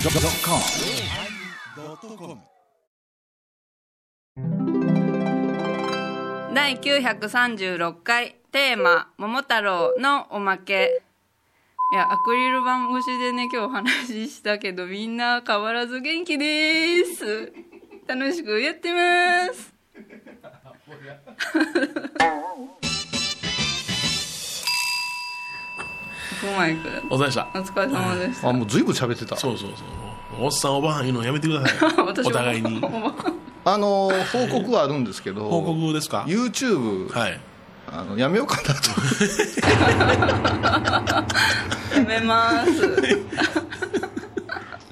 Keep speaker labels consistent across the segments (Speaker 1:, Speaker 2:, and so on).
Speaker 1: YONNIRI.com
Speaker 2: 第936回テーマ「桃太郎のおまけ」いやアクリル板越しでね今日お話ししたけどみんな変わらず元気です楽しくやってますオフマイクだ
Speaker 3: お疲れ様でし
Speaker 2: お
Speaker 3: た
Speaker 2: 疲れ様でした
Speaker 4: あもうずいぶん喋ってた
Speaker 3: そうそうそうおっさんおばはん言うのやめてくだ さい
Speaker 2: 私も
Speaker 3: お互いに
Speaker 4: あのー報告はあるんですけど
Speaker 3: 報告ですか
Speaker 4: YouTube
Speaker 3: はい
Speaker 4: あのやめようかなと
Speaker 2: やめます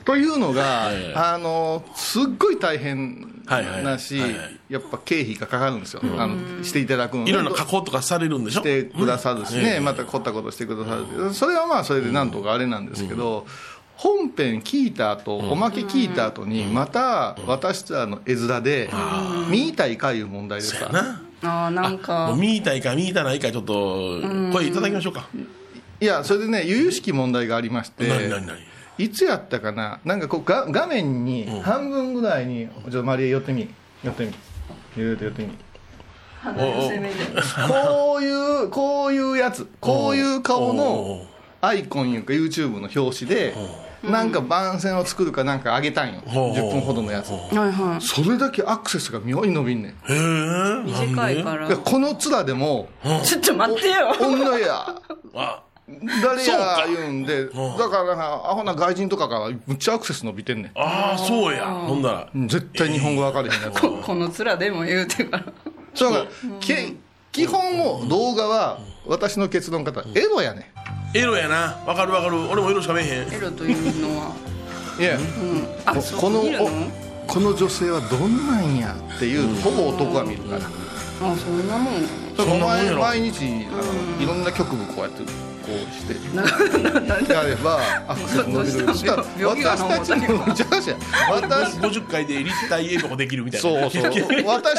Speaker 4: というのが
Speaker 3: いはい
Speaker 4: あのーすっごい大変
Speaker 3: はいはい
Speaker 4: だし
Speaker 3: はいはい
Speaker 4: やっぱ経費がかかるんですよあのしていただくの
Speaker 3: いろんな加工とかされるんでしょ
Speaker 4: してくださるし
Speaker 3: うんえ
Speaker 4: ね
Speaker 3: え
Speaker 4: また凝ったことしてくださるそれはまあそれでなんとかあれなんですけど本編聞いた後おまけ聞いた後にまた私らの絵面で見たいかいう問題ですから
Speaker 3: な
Speaker 2: あーなん
Speaker 3: も
Speaker 2: か
Speaker 3: う見たいか見たないかちょっと声いただきましょうか
Speaker 4: いやそれでね由々しき問題がありまして
Speaker 3: 何何何
Speaker 4: いつやったかな、なんかこうが画面に半分ぐらいに、ちょっとマリエ寄ってみ、寄ってみ、ゆるゆると寄ってみ、
Speaker 2: 鼻寄せみたいな
Speaker 4: こういう、こういうやつ、こういう顔
Speaker 3: おうお
Speaker 4: の
Speaker 3: う
Speaker 4: アイコンいうか、YouTube の表紙で、なんか番宣を作るかなんかあげたんよ、
Speaker 3: おうおう
Speaker 4: 10分ほどのやつ。
Speaker 2: はいは
Speaker 4: それだけアクセスが妙に伸びんねん。
Speaker 3: へえ
Speaker 2: い短いから
Speaker 4: いやこの面でも、
Speaker 2: ちょっと待ってよ
Speaker 4: 女や、
Speaker 3: あ
Speaker 4: 誰や言うんで、だからなんか、アホな外人とかから、むっちゃアクセス伸びてんねん。
Speaker 3: あーそうやほんだら
Speaker 4: うん絶対日本語わかれへんやつ。
Speaker 2: こ この面でも言うてから
Speaker 4: そうだからけ基本もう動画は私の結論方エロやね
Speaker 3: エロやなわかるわかる俺もエロしか見えへん
Speaker 2: エロというのは、
Speaker 4: いや
Speaker 2: うん、あ
Speaker 4: こ
Speaker 2: そう
Speaker 4: この
Speaker 2: 見る
Speaker 4: おこの女性はどんなんやっていうほぼ男が見るからだ
Speaker 2: あそんなもん
Speaker 4: からお
Speaker 3: そんなもんや
Speaker 4: 前
Speaker 3: ろ
Speaker 4: 毎日あのいろんな局部こうやってこうしてやればアクセス伸びる
Speaker 2: どう
Speaker 4: し
Speaker 2: した
Speaker 4: か
Speaker 2: の
Speaker 4: も
Speaker 2: 病気が治
Speaker 4: 私たち
Speaker 2: った
Speaker 4: の
Speaker 2: の
Speaker 4: じゃじゃ私
Speaker 3: 50回で立体英語できるみたい
Speaker 4: そ
Speaker 3: な
Speaker 4: うそう 私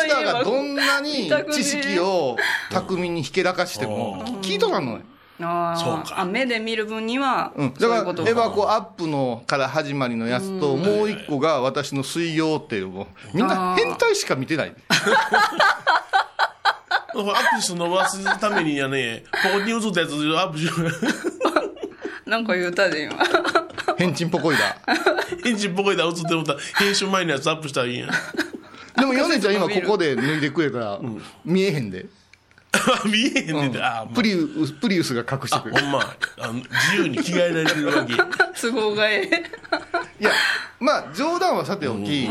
Speaker 4: らがどんなに
Speaker 2: 痛くね
Speaker 4: 知識を巧みにひけらかしても聞いとらんのよ
Speaker 2: あー
Speaker 3: そうか
Speaker 2: あ目で見る分には、
Speaker 4: うん、だ
Speaker 2: そう
Speaker 4: か
Speaker 2: い
Speaker 4: ら
Speaker 2: うこと
Speaker 4: エヴァコアップのから始まりのやつと、もう一個が私の水曜っていうもうみんな変態しか見てない、
Speaker 3: アップス伸ばすためにはねここに映ったやつアップしよ
Speaker 2: なんか言うたで今
Speaker 4: 変人ぽこいだ。
Speaker 3: うエンジンボコイだ映ってもったら編集前のやつアップしたらいいやん
Speaker 4: でもヨネちゃん今ここで脱いでくれたら見えへんで、
Speaker 3: 見えへんねんてあー
Speaker 4: プリウスプリウスが隠してくれ
Speaker 3: ほ
Speaker 4: る
Speaker 3: んまあの自由に着替えられてるわけ
Speaker 2: 都合がええ
Speaker 4: いやまあ冗談はさておき、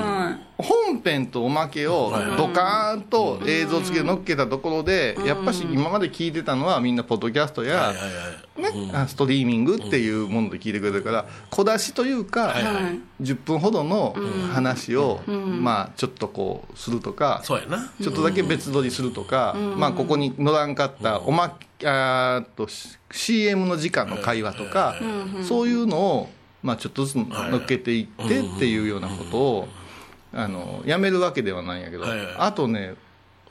Speaker 4: 本編とおまけをドカーンと映像付けで乗っけたところで、やっぱし今まで聞いてたのはみんなポッドキャストや、
Speaker 3: はいはい
Speaker 4: ねあストリーミングっていうもので聞いてくれてるから小出しというか、
Speaker 3: はいはい
Speaker 4: 10分ほどの話を、まあ、ちょっとこうするとか、
Speaker 3: そうやな
Speaker 4: ちょっとだけ別撮りするとか、まあ、ここに乗らんかったおまあーっと CM の時間の会話とか、そういうのを、まあ、ちょっとずつ乗っけていってっていうようなことを、あのやめるわけではないんやけど、
Speaker 3: はいはい
Speaker 4: あとね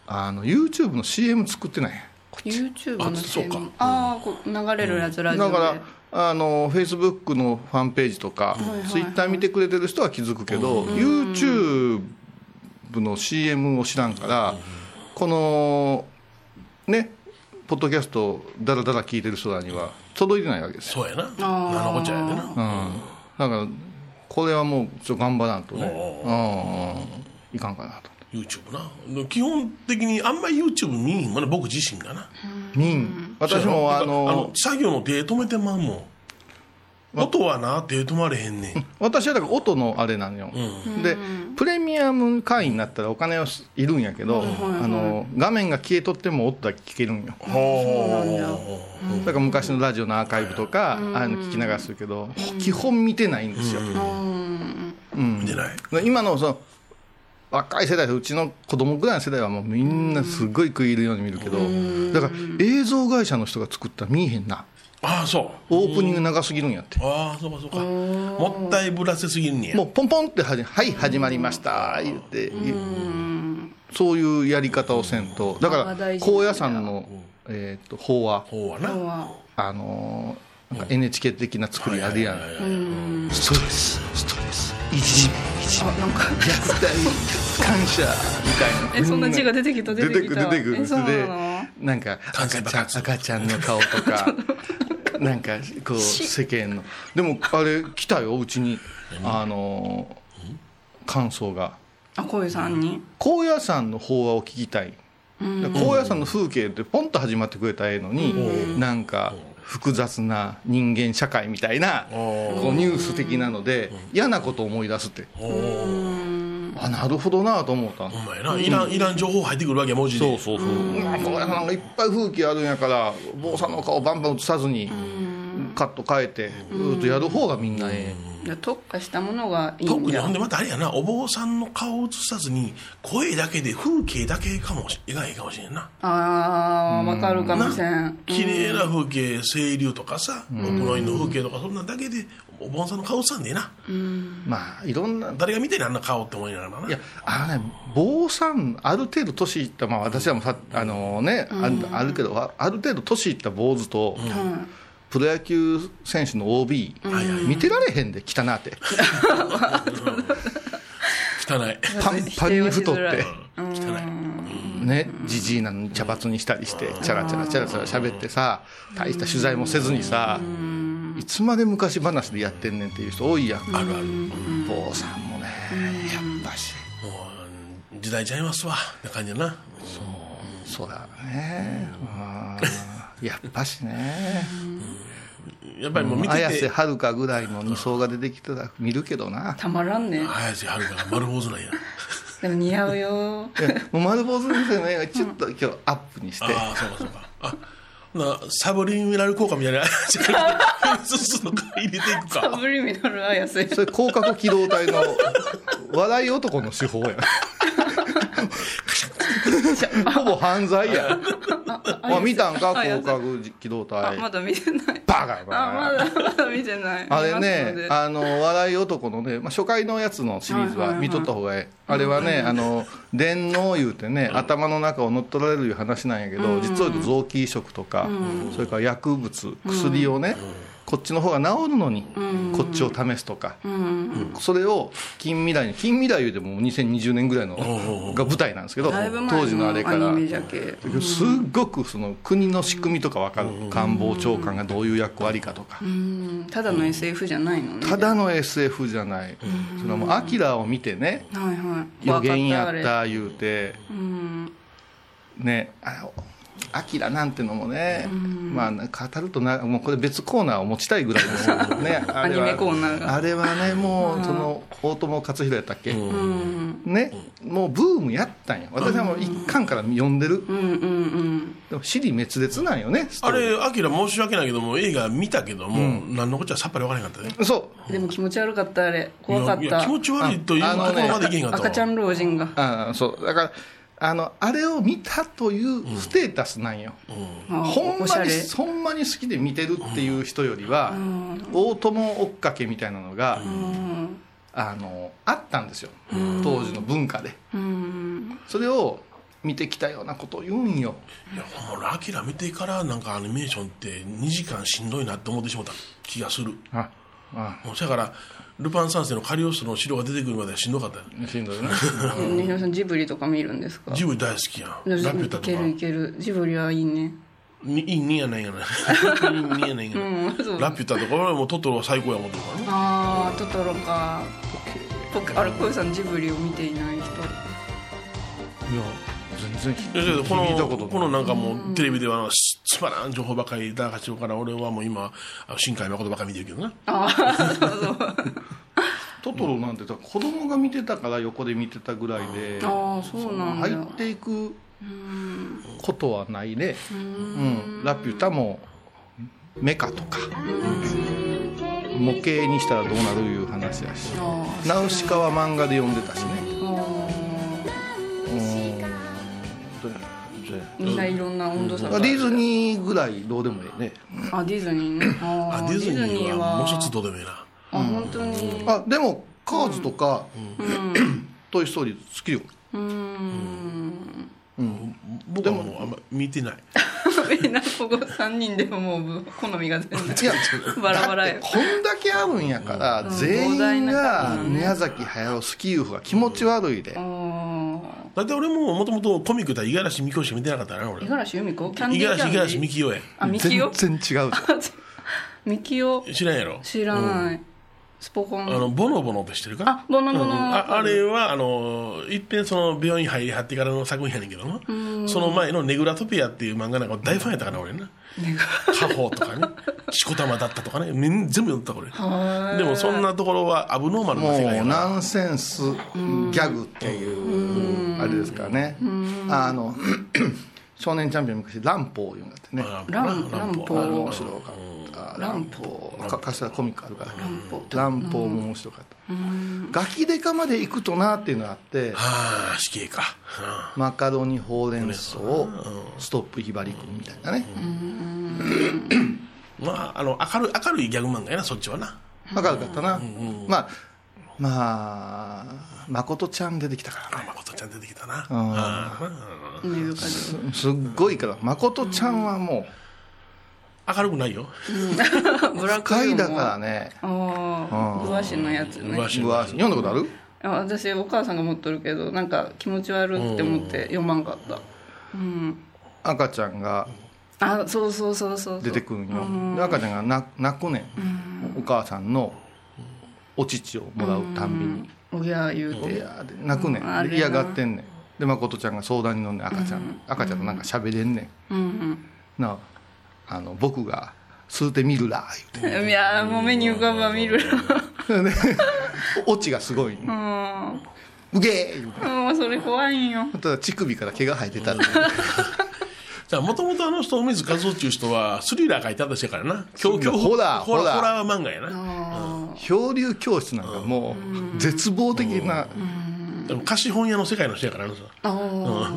Speaker 4: あの YouTube の CM 作ってない。
Speaker 2: YouTube の
Speaker 3: そうか
Speaker 2: CM ああこう流れるやつラジオ
Speaker 4: だ
Speaker 2: で
Speaker 4: からあのフェイスブックのファンページとか、ツイッター見てくれてる人は気づくけど、YouTube の CM を知らんから、このねポッドキャストをだらだら聞いてる人らには届いてないわけですよ、
Speaker 3: そうやななのこちゃんやでな
Speaker 4: うん、だからこれはもうちょっと頑張らんとね、うんうんいかんかなと
Speaker 3: YouTube な基本的にあんまり YouTube 見にんもんね僕自身がな
Speaker 4: うん私もあ
Speaker 3: あ
Speaker 4: の
Speaker 3: の作業の手止めてまうもん音はな手止まれへんねん
Speaker 4: 私はだから音のあれなのよ、でプレミアム会員になったらお金はいるんやけど、あの画面が消えとっても音だけ聞けるんよ、だから昔のラジオのアーカイブとか、ああいうの聞き流すけど、基本見てないんですよ、
Speaker 3: 見てない
Speaker 4: で今のその若い世代うちの子供ぐらいの世代はもうみんなすごい食い入るように見るけど、だから映像会社の人が作ったら見えへんな
Speaker 3: ああそう
Speaker 4: オープニング長すぎるんやって
Speaker 3: ああそうかそうかもったいぶらせすぎんねや
Speaker 4: もうポンポンってはじはい始まりました言ってそういうやり方をせんとだか
Speaker 2: あ
Speaker 4: ら
Speaker 2: 大事
Speaker 4: 高野山の、えー、と法話
Speaker 3: ほうはな
Speaker 2: 今日は
Speaker 4: あのーなんか NHK 的な作りあるやん
Speaker 3: はいはい
Speaker 4: ストレスストレスいじめいじめ虐待感謝みたいな
Speaker 2: えそんな字が出てきた出
Speaker 4: 出
Speaker 2: て
Speaker 4: て
Speaker 2: き
Speaker 4: く
Speaker 2: た
Speaker 4: る出てく
Speaker 2: え
Speaker 4: る
Speaker 2: そうな
Speaker 4: で
Speaker 2: の
Speaker 4: なんか
Speaker 3: 感
Speaker 4: 赤
Speaker 3: 染
Speaker 4: ち
Speaker 3: 爆
Speaker 4: ゃん
Speaker 3: 発
Speaker 4: 赤ちゃんの顔と かなんかこう世間のでもあれ来たようちにあの感想が
Speaker 2: あこういうさんに
Speaker 4: 高野山の法話を聞きたい、で高野山の風景ってポンと始まってくれたらええのに、なんか複雑な人間社会みたいな、こうニュース的なので、嫌なことを思い出すって、
Speaker 3: おお
Speaker 4: あなるほどなと思ったの、
Speaker 3: お前ないらんいらん情報入ってくるわけ文字
Speaker 4: そ
Speaker 3: で
Speaker 4: うそうそう、うん、高野山なんかいっぱい風景あるんやから坊さんの顔バンバン映さずに、カット変えてずっとやる方がみんなええ、
Speaker 2: いや特化したものがいいん
Speaker 3: 特に
Speaker 2: だ
Speaker 3: ほんでまたあれやなお坊さんの顔を映さずに声だけで風景だけかもしれないかもしれんな
Speaker 2: あーわかるかも
Speaker 3: な
Speaker 2: しれん
Speaker 3: 綺麗な風景清流とかさ奥の院の風景とかそんなんだけでお坊さんの顔映さんでええな
Speaker 4: まあいろんな
Speaker 3: 誰が見てんあんな顔って思いながらない
Speaker 4: やあのね坊さんある程度年いったまあ私らもさあのね、あるあるけどあある程度年いった坊主と、プロ野球選手の OB、
Speaker 3: いはい
Speaker 4: 見てられへんで汚なって
Speaker 3: 汚い
Speaker 4: パンパンに太っ
Speaker 2: 否定はしづら
Speaker 4: て
Speaker 2: い
Speaker 3: 汚い
Speaker 4: ねじじいなのに茶髪にしたりしてチャラチャラチャラチャラ喋ってさ大した取材もせずにさいつまで昔話でやってんねんって いう人多いやんあるある坊さんもねやっぱし
Speaker 3: もう時代ちゃいますわって感じやな
Speaker 4: そうだねうんやっぱしね
Speaker 3: やっぱりもう見て
Speaker 4: 綾瀬
Speaker 3: て
Speaker 4: はるかぐらいの二層が出てきたら見るけどな
Speaker 2: たまらんね
Speaker 3: 綾瀬はるかが丸坊主なんや
Speaker 2: でも似合うよ
Speaker 4: いやもう丸坊主先生の映画ちょっと今日アップにして
Speaker 3: ああそうかそうかあほなサブリミナル効果みたいなちょっ とずつの入れていく
Speaker 2: サ
Speaker 3: か
Speaker 2: ブリミナル綾瀬
Speaker 4: それ広角機動隊の笑い男の手法やほぼ犯罪やあ見たんか
Speaker 2: あ
Speaker 4: 広角機動
Speaker 2: あ
Speaker 4: 隊
Speaker 2: まだ見てない
Speaker 4: バカ
Speaker 2: あま
Speaker 4: な
Speaker 2: だまだ見てない
Speaker 4: あれ
Speaker 2: 見ますの
Speaker 4: ね
Speaker 2: で
Speaker 4: あの笑い男のね、まあ、初回のやつのシリーズ
Speaker 2: はいはい
Speaker 4: は
Speaker 2: はい
Speaker 4: 見とった方がええあれはねあの電脳言うてね頭の中を乗っ取られるいう話なんやけど実を言うと臓器移植とかそれから薬物薬をねこっちの方が治るのにこっちを試すとかそれを近未来に近未来言うても2020年ぐらいのが舞台なんですけど
Speaker 2: だいぶ前の
Speaker 4: 当時のあれか
Speaker 2: ア
Speaker 4: ら
Speaker 2: ニメじゃけ
Speaker 4: すっごくその国の仕組みとか分かる官房長官がどういう役割かとか。
Speaker 2: うんただの SF じゃないのね
Speaker 4: ただの SF じゃない、それはもう「アキラを見てね
Speaker 2: はいはい
Speaker 4: 予言や
Speaker 2: 怖かあ
Speaker 4: っ
Speaker 2: れ
Speaker 4: た言うて、ねあの「アキラなんてのもね、まあ語るとなもうこれ別コーナーを持ちたいぐらいで すよねあれは
Speaker 2: アニメコーナーが
Speaker 4: あれはねもうその大友克洋やったっけ、ねもうブームやったんや私はもう一巻から読んでる、
Speaker 2: うんうんうん
Speaker 4: でも尻滅裂なんよねスト
Speaker 3: あ
Speaker 4: ーリー
Speaker 3: れアキラ申し訳ないけども映画見たけども、何のこっちゃさっぱり分からへんかったね
Speaker 4: そう
Speaker 2: でも気持ち悪かったあれ怖かっ
Speaker 3: いやいや
Speaker 2: た
Speaker 3: 気持ち悪いというと
Speaker 4: ああのね
Speaker 3: ころまでいけへんかったわ
Speaker 2: 赤ちゃん老人が
Speaker 4: ああそうだからあのあれを見たというステータスなんよ、
Speaker 2: あ
Speaker 4: ほん
Speaker 2: お
Speaker 4: ま
Speaker 2: しゃ
Speaker 4: に
Speaker 2: れ
Speaker 4: ほんまに好きで見てるっていう人よりは、大友追っかけみたいなのが、あのあったんですよ、当時の文化で、それを見てきたようなことを言うんよ
Speaker 3: いやほんま俺アキラ見てからなんかアニメーションって2時間しんどいなって思ってしまった気がする
Speaker 4: ああ
Speaker 3: もうそやからルパン三世のカリオストロの城が出てくるまではしんどかったよ
Speaker 4: しんどいな
Speaker 2: 西野さんジブリとか見るんですか
Speaker 3: ジブリ大好きやんラ
Speaker 2: い
Speaker 3: ピュタと
Speaker 2: け
Speaker 3: か
Speaker 2: るいけるジブリはいいね
Speaker 3: にいいにやないやないいい にやないやない
Speaker 2: うんそう
Speaker 3: ラピュタとか俺はもうトトロ最高やもんとかね
Speaker 2: ああトトロか僕あれ小遊さんジブリを見ていない人
Speaker 4: いや 全然
Speaker 3: いやいやこ
Speaker 4: 聞いた
Speaker 3: の
Speaker 4: こと
Speaker 3: この
Speaker 4: な
Speaker 3: なん
Speaker 4: い
Speaker 3: かもうテレビではあのしつまらん情報ばっかり流してるから俺はもう今あの新海誠ばっかり見てるけどな
Speaker 2: ああそうそう
Speaker 4: トトロなんてだから子供が見てたから横で見てたぐらいで
Speaker 2: ああそうなんだ
Speaker 4: 入っていくことはないね、うん、ラピュタもメカとか模型にしたらどうなるいう話やし
Speaker 2: あ
Speaker 4: ナウシカは漫画で読んでたしね
Speaker 2: ーあ
Speaker 4: うんどうやどうや
Speaker 2: ーみんないろんな温度差
Speaker 4: ま
Speaker 2: が
Speaker 4: あディズニーぐらいどうでもいいね
Speaker 2: あディズニー ねあ
Speaker 3: あ
Speaker 2: ー
Speaker 3: ディズニーはもう一つ
Speaker 2: ディズニーは
Speaker 3: どうでもいいな
Speaker 2: あ本当に
Speaker 4: あでもカーズとか、 トイ・ストーリー好きよ
Speaker 2: うーん
Speaker 3: 僕はもうあんま見てない
Speaker 2: ごいなここ3人でももう好みが全然
Speaker 4: いや
Speaker 2: バラバラ
Speaker 4: だっ
Speaker 2: よ
Speaker 4: てこんだけあるんやから、全員が宮崎駿好きいうふが気持ち悪いで、
Speaker 2: おー
Speaker 3: だって俺ももともとコミックだ五十嵐美京しか見てなかったな俺
Speaker 2: 五十嵐由美子キャン
Speaker 3: 五
Speaker 2: ディ
Speaker 3: 十
Speaker 2: ーキャ
Speaker 3: 嵐
Speaker 2: ンディ
Speaker 3: 五十嵐美
Speaker 2: ー
Speaker 3: 京や
Speaker 2: あみきお
Speaker 4: 全然違うじゃ ん
Speaker 2: みきお
Speaker 3: 知らんやろ
Speaker 2: 知らない、スポコン
Speaker 3: あのボノボノって知ってるか
Speaker 2: あボノボノ
Speaker 3: うんああれはあのいっぺんその病院入りはってからの作品やねんけどなその前の「ネグラトピア」っていう漫画なんか大ファンやったからな俺な家宝とかねしこたまだったとかねみん全部読んだ俺でもそんなところはアブノーマルな
Speaker 4: も
Speaker 3: 世界や
Speaker 4: う
Speaker 3: な
Speaker 4: ナンセンスギャグっていうあれですからねあの 少年チャンピオン昔乱歩言うんだってね
Speaker 2: ラン
Speaker 3: ラン
Speaker 2: ランポー
Speaker 4: 面白かった乱歩かかつてはコミックあるから乱歩も面白かったガキデカまで行くとなっていうのがあって
Speaker 3: ああ死刑かあ
Speaker 4: マカロニほうれん草ストップひばりくんみたいなね
Speaker 3: ーまああの明るい明るいギャグ漫画やなそっちはな
Speaker 4: 明るかったなまあまあ誠ちゃん出てきたからね
Speaker 3: あ誠ちゃん出てきたなあー
Speaker 2: 寝るかです
Speaker 4: っごいから誠ちゃんはも
Speaker 3: 明るくないよ
Speaker 2: ブラッ
Speaker 4: う
Speaker 2: クユーモア
Speaker 4: 深いだからね
Speaker 2: ああブワシのやつね
Speaker 3: 昔
Speaker 4: うわ読んだことある
Speaker 2: あ私お母さんが持っとるけどなんか気持ち悪って思って読まんかった
Speaker 4: 赤ちゃんが
Speaker 2: あそうそうそうそう
Speaker 4: 出てくるんよで赤ちゃんが泣泣くねんお母さんのお乳をもらうたんびに
Speaker 2: おや言う
Speaker 4: い
Speaker 2: て
Speaker 4: やーで泣くね
Speaker 2: うんあれ
Speaker 4: ん
Speaker 2: な
Speaker 4: で嫌がってんねんで誠ちゃんが相談に乗んねん赤ちゃん赤ちゃんとなんか喋れんね
Speaker 2: うん
Speaker 4: んなああの僕が「吸うてみるら」言う
Speaker 2: うんいやもう目に浮かば見る
Speaker 4: てでオチがすごいね
Speaker 2: な
Speaker 4: 「うげー!」言うて
Speaker 2: うんもうそれ怖いんよ
Speaker 4: ただ乳首から毛が生えてたって
Speaker 3: じゃあもともとあの人梅津和夫っていう人はスリラー書いてあった人やからな恐恐怖
Speaker 4: ホラー
Speaker 3: ホラー
Speaker 4: ホ
Speaker 3: ホ
Speaker 4: ラ
Speaker 3: ラー漫画やな
Speaker 4: 漂流教室なんかもう絶望的な
Speaker 3: でも貸本屋の世界の人やからな
Speaker 2: あ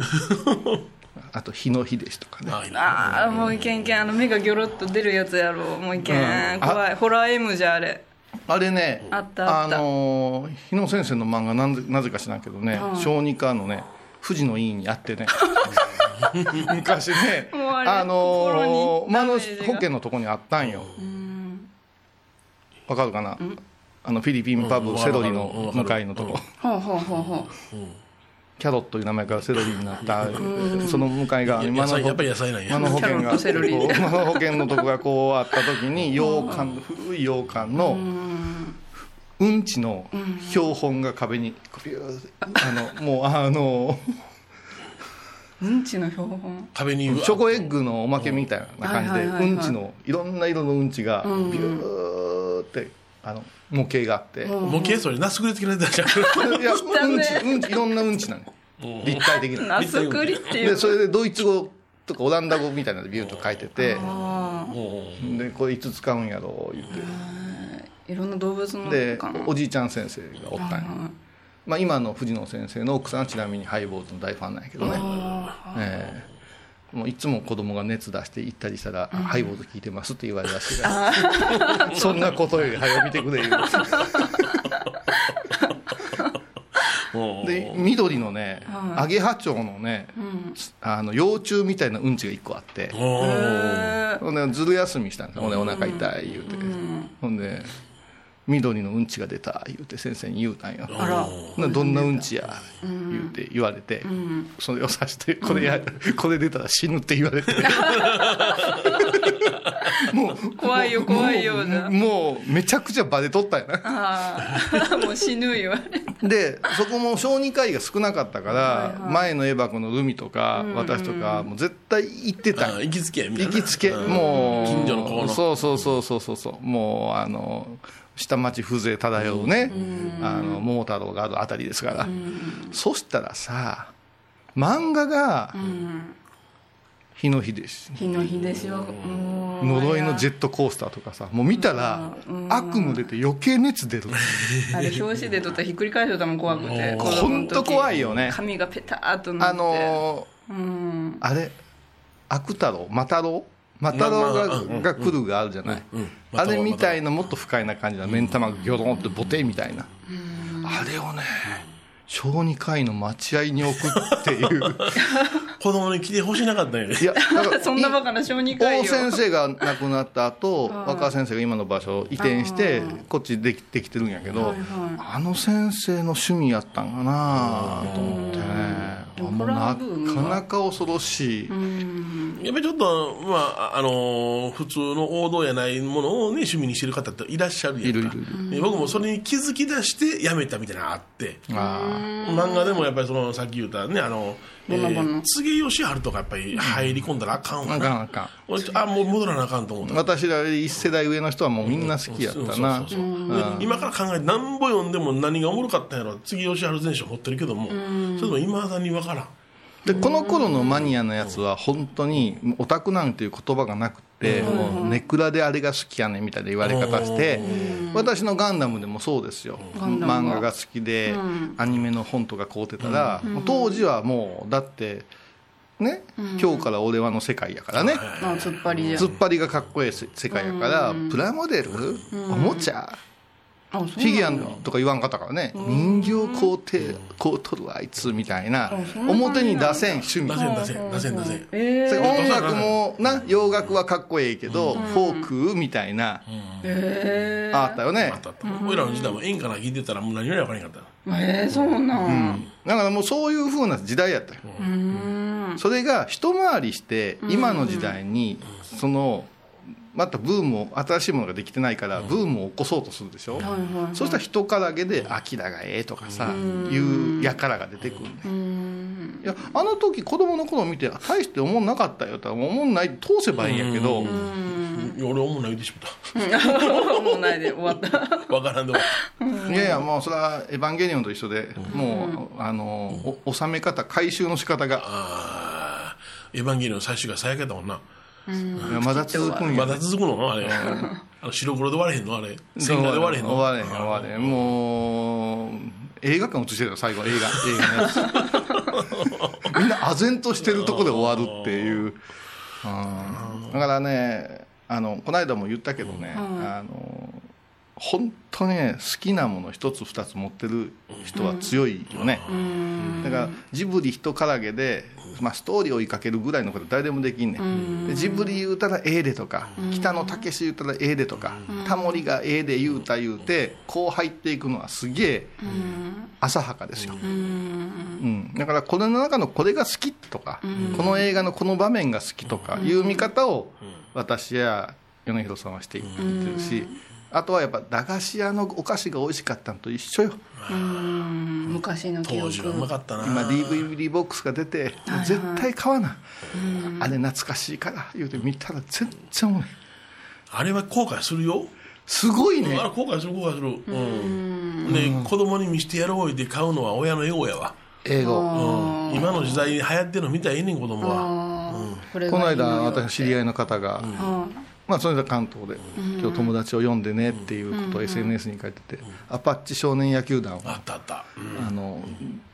Speaker 4: あと日の日ですとかね
Speaker 3: ああいいな
Speaker 2: あーもういけんいけんあの目がギョロッと出るやつやろもういけん怖いホラー M じゃあれ
Speaker 4: あれね
Speaker 2: あったあった
Speaker 4: のー日野先生の漫画なんぜなぜか知らんけどね、小児科のね富士の委員にあってね昔ね
Speaker 2: もうあれ心
Speaker 4: のー
Speaker 2: にダ
Speaker 4: 馬
Speaker 2: メ
Speaker 4: の
Speaker 2: ージが
Speaker 4: 保険のとこにあったんよわかるかなあのフィリピンパ
Speaker 3: うん
Speaker 4: ブ
Speaker 3: わか
Speaker 4: セ
Speaker 3: る
Speaker 4: ロリ
Speaker 3: わかる
Speaker 4: の向かいのとこ
Speaker 2: ほうほうほうほ
Speaker 4: キャロットいう名前からセロリになったその向かい側に
Speaker 3: 野
Speaker 4: 馬の
Speaker 3: 菜やっ
Speaker 4: 保
Speaker 3: ぱり野菜なんや
Speaker 4: 間の保険
Speaker 2: キャロッ
Speaker 4: が
Speaker 2: トセロリ
Speaker 4: こう間の保険のとこがこうあった時に洋館古い洋館のうんちの標本が壁にこうビューってあのもうあの
Speaker 2: ううんちの標本
Speaker 3: 壁にうわ
Speaker 4: チョコエッグのおまけみたいな感じ
Speaker 2: はい
Speaker 4: で
Speaker 2: はいはいは
Speaker 4: う
Speaker 2: い
Speaker 4: んちのいろんな色のうんちがビューってあの模型があってい
Speaker 3: 模型それなすぐれてきなやつやから
Speaker 4: や
Speaker 2: 汚
Speaker 4: うん
Speaker 2: ね
Speaker 4: ちうんちいろんなうんちなの立体的な
Speaker 2: なすくりっていう
Speaker 4: でそれでドイツ語とかオランダ語みたいなのでビューッと書いてて
Speaker 2: あ
Speaker 4: でこれいつ使うんやろう言って。
Speaker 2: あいろんな動物の
Speaker 4: で
Speaker 2: かな
Speaker 4: おじいちゃん先生がおったんや、まあ、今の藤野先生の奥さんはちなみにハイボーズの大ファンなんやけどね、ええもういつも子供が熱出して行ったりしたら「ハイボーズ聞いてます」って言われるらしいから そんなことより早よ見てくれ 言うで緑のねアゲハチョウのね、あの幼虫みたいなうんちが1個あって、
Speaker 3: おー
Speaker 4: ほんでずる休みしたんですほんでお腹痛い言うて、ほんで緑のうんちが出た言うて先生に言うたんよ
Speaker 2: あら
Speaker 4: などんなうんちや言うて言われて、それをさしてこれや、これ出たら死ぬって言われてもう
Speaker 2: 怖いよ怖いよじゃ
Speaker 4: もうもうめちゃくちゃバレとったよな
Speaker 2: ああ もう死ぬよ
Speaker 4: でそこも小児科医が少なかったから、前のエバコのルミとか、私とかもう絶対行ってたんよ
Speaker 3: あ行きつけやみたい
Speaker 4: 行
Speaker 3: な
Speaker 4: きつけ、
Speaker 3: うん
Speaker 4: もう
Speaker 3: 近所の子の
Speaker 4: そうそうそうそうそうそうもうあの下町風情漂うね、あの桃太郎があるあたりですから、そしたらさ漫画が「日の日」です
Speaker 2: 日の日ですよもう
Speaker 4: 呪いのジェットコースターとかさもう見たら悪夢出て余計熱出る
Speaker 2: あれ表紙で撮ったらひっくり返しよ ったもん怖くて子
Speaker 4: ほ
Speaker 2: 供の
Speaker 4: ん
Speaker 2: 時
Speaker 4: と怖いよね
Speaker 2: 髪がペターっとな
Speaker 4: あ
Speaker 2: って
Speaker 4: のーあれ悪太郎魔太郎魔太郎が,、
Speaker 3: まあまあうん
Speaker 4: が来るがあるじゃない、
Speaker 3: うんうん魔
Speaker 4: あ
Speaker 3: 太郎
Speaker 4: れみたいなもっと不快な感じだ目ん玉がギョロンってボテンみたいな、あれをね小児科医の待合に置くって いう
Speaker 3: 子供に来てほしなかったんやで
Speaker 4: いやだから
Speaker 2: そんなバカな小児科医
Speaker 4: 王
Speaker 2: を
Speaker 4: 先生が亡くなった後若先生が今の場所を移転してこっちできできてるんやけど、あの先生の趣味やったんかなと思ってね
Speaker 2: でも
Speaker 4: も
Speaker 2: ホ
Speaker 4: う
Speaker 2: ラー
Speaker 4: な
Speaker 2: ブーム
Speaker 4: かなか恐ろしい、
Speaker 3: やっぱりちょっと、まあ、あのー普通の王道やないものを、ね、趣味にしてる方っていらっしゃるやんか
Speaker 4: いるいるい
Speaker 3: で僕もそれに気づき出してやめたみたいなのあって、
Speaker 4: あ
Speaker 3: 漫画でもやっぱりそのさっき言ったねあの、え
Speaker 2: ボノボノ
Speaker 3: ー、杉義治とかやっぱり入り込んだらあかん
Speaker 4: あ
Speaker 3: わ
Speaker 4: あか
Speaker 3: な、
Speaker 4: んあかん
Speaker 3: 俺あもう戻らなあかんと思った、
Speaker 4: 私らより一世代上の人はもうみんな好きやったな、
Speaker 3: そうそうそうそうで今から考えて何ぼ読んでも何がおもろかったんやろ杉義治全書持ってるけども、それでも今さに分からん
Speaker 4: でこの頃のマニアのやつは本当にオタクなんていう言葉がなくて、もうネクラであれが好きやねんみたいな言われ方して、私のガンダムでもそうですよ、
Speaker 2: ンダムは
Speaker 4: 漫画が好きで、アニメの本とか買うてたら、もう当時はもうだってね、今日から俺はの世界やからね、
Speaker 2: まあ、突っ張りじゃん
Speaker 4: 突っ張りがかっこいい世界やから、プラモデル、おもちゃ
Speaker 2: あそうなん
Speaker 4: フィギュアとか言わんかったからね人形こうてこう取るあいつみたいな表に出せん趣味
Speaker 3: 出せん出せん出せん出せん
Speaker 2: え
Speaker 4: それ音楽もな洋楽はかっこいいけどフォークみたいなあったよね
Speaker 3: あったあった俺らの時代も演歌なんか聞いてたらもう何より分からへんかった
Speaker 2: ー、えー、そうなん、
Speaker 4: だからもうそういう風な時代やったよそれが一回りして今の時代にそのまたブームを新しいものができてないからブームを起こそうとするでしょそしたら人からげで「アキラがええ」とかさいうやからが出てくるんだよいやあの時子供の頃見てあ大して思んなかったよとは思んないって通せばいいんやけど
Speaker 3: いや俺思うない言うてしまっ
Speaker 2: もうないで終わった
Speaker 3: た 分からんで終わっ
Speaker 4: いやいやもうそれは「エヴァンゲリオン」と一緒でもうあのお収め方回収の仕方が
Speaker 3: たあーエヴァンゲリオン」最終回最悪やったもんない
Speaker 4: やまだ続くん
Speaker 3: ま
Speaker 4: や
Speaker 3: だ続くのあれあの白黒で終われへんのあれ線画で終われへんの
Speaker 4: 終われへん終われへんもう映画館映してたよ最後映画映画の やつみんな唖然としてるとこで終わるっていう、 うんだからねあのこの間も言ったけどね、あの本当ね好きなもの一つ二つ持ってる人は強いよね、だからジブリ一からげで、まあ、ストーリー追いかけるぐらいのこと誰でもできんねんでジブリ言うたらええでとか北野武言うたらええでとかタモリがええで言うた言うてこう入っていくのはすげえ浅はかですよ、うん、だからこれの中のこれが好きとかこの映画のこの場面が好きとかいう見方を私や米広さんはしていってるしあとはやっぱ駄菓子屋のお菓子が美味しかったのと一緒よ
Speaker 2: 昔の記
Speaker 3: 当時はうま
Speaker 2: 憶
Speaker 3: かったな
Speaker 4: 今 DVD ボックスが出て絶対買わなあれ懐かしいから言うて見たら全然もうね
Speaker 3: あれは後悔するよ
Speaker 4: すごいね
Speaker 3: あれ後悔する後悔するうんで子供に見してやろうで買うのは親のエゴやわ
Speaker 4: 英語
Speaker 3: うん今の時代に流行ってるの見たらええねん子供は
Speaker 2: あーこれ
Speaker 4: この
Speaker 2: がいい
Speaker 4: 間
Speaker 2: のよ
Speaker 4: 私知り合いの方がまあそれが関東で今日友達を呼んでねっていうことを SNS に書いててアパッチ少年野球団を
Speaker 3: あったあったうん
Speaker 4: あの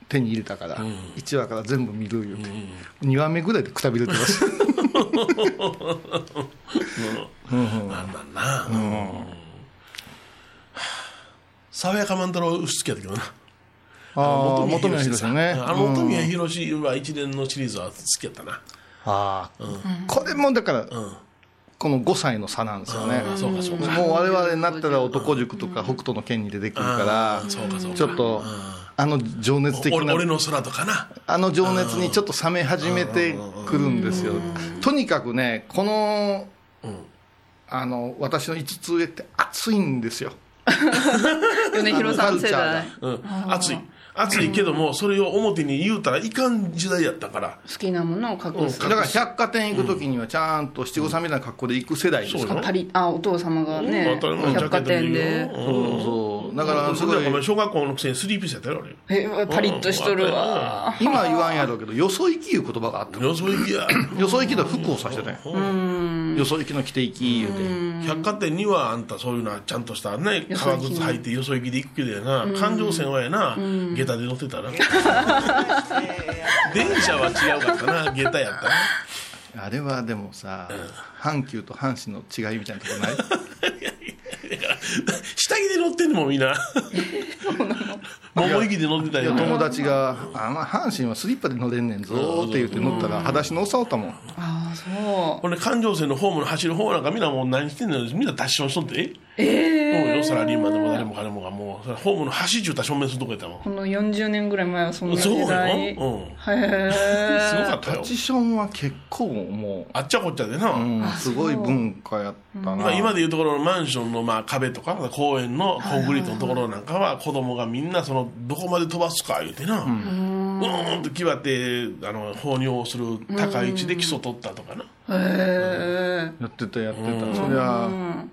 Speaker 4: 手に入れたから1話から全部見る言うて2話目ぐらいでくたびれてます
Speaker 3: なんだなうん爽やか万太郎好きやったけどな
Speaker 4: ああ元
Speaker 3: 本宮
Speaker 4: 宮宏
Speaker 3: 宏
Speaker 4: さんね
Speaker 3: あの本宮宏は一連のシリーズは好きやったな
Speaker 4: ああ、これもだから、この5歳の差なんですよね、
Speaker 3: あそうかそうか
Speaker 4: もう我々になったら男塾とか北斗の拳に出てくるから、
Speaker 3: そうかそうか
Speaker 4: ちょっと、あの情熱的
Speaker 3: 俺
Speaker 4: な
Speaker 3: 俺の空とかな
Speaker 4: あの情熱にちょっと冷め始めてくるんですよとにかくねこの,、あの私の5つ上って熱いんですよ
Speaker 2: 米広さん世代
Speaker 4: あのカルチャ
Speaker 3: うん熱い熱いけどもそれを表に言うたらいかん時代やったから
Speaker 2: 好きなものを隠す
Speaker 4: だから百貨店行く時にはちゃんと七五三みたいな格好で行く世代ですから
Speaker 3: そうよ
Speaker 2: パリあお父様がね
Speaker 3: 当たり前のジャ
Speaker 2: 百
Speaker 3: ケ
Speaker 2: 貨
Speaker 3: ット着
Speaker 2: 店
Speaker 3: るよ
Speaker 2: で
Speaker 3: うん
Speaker 4: そうだからす
Speaker 3: そ
Speaker 4: ご
Speaker 3: れ
Speaker 4: い
Speaker 3: ごめん小学校のくせにスリーピースやったよ俺
Speaker 2: えパリッとしとるわ
Speaker 4: 今言わんやろうけどよそ行きいう言葉があった
Speaker 3: よそ行きや
Speaker 4: よそ行きの服をさしてねよそ行きの着て行き言うて
Speaker 3: 百貨店にはあんたそういうのはちゃんとしたね
Speaker 2: よそ
Speaker 3: 革
Speaker 2: 行き
Speaker 3: 靴履いてよそ行きで行くけどやな環状線はやな下駄で乗って たな電車は違うかったな下駄や ったな
Speaker 4: あれはでもさ阪急と阪神の違いみたいなとこ ない
Speaker 3: 下着で乗ってんのもみんな桃駅で乗ってたよ
Speaker 4: 友達が「あの阪神はスリッパで乗れんねんぞ」って言って乗ったら裸足のおさおったもん
Speaker 2: ああそ
Speaker 3: ほんで環状線のホームの走る方なんかみんなもう何してんのみんな脱走しとって
Speaker 2: うええ
Speaker 3: もうよサラリーマンでも誰も彼もがもうそれホームの走っちゅうたら正面するとこやったもん
Speaker 2: この40年ぐらい前はそんな
Speaker 3: そう
Speaker 2: 時
Speaker 3: やろ、
Speaker 2: 代
Speaker 3: うん、す
Speaker 2: へえ
Speaker 3: ごかった
Speaker 4: タ
Speaker 3: よ
Speaker 4: チションは結構も
Speaker 3: あっちゃこっちゃでな、
Speaker 4: う、うん、すごい文化やった
Speaker 3: まあ、
Speaker 4: な
Speaker 3: 今でいうところのマンションのまあ壁とか公園のコンクリートのところなんかは子供がみんなそのどこまで飛ばすか言うてな、うん、ーんと決まってあの放尿をする高い位置で基礎取ったとかな、
Speaker 2: へえ
Speaker 4: やってたやってたそりゃうん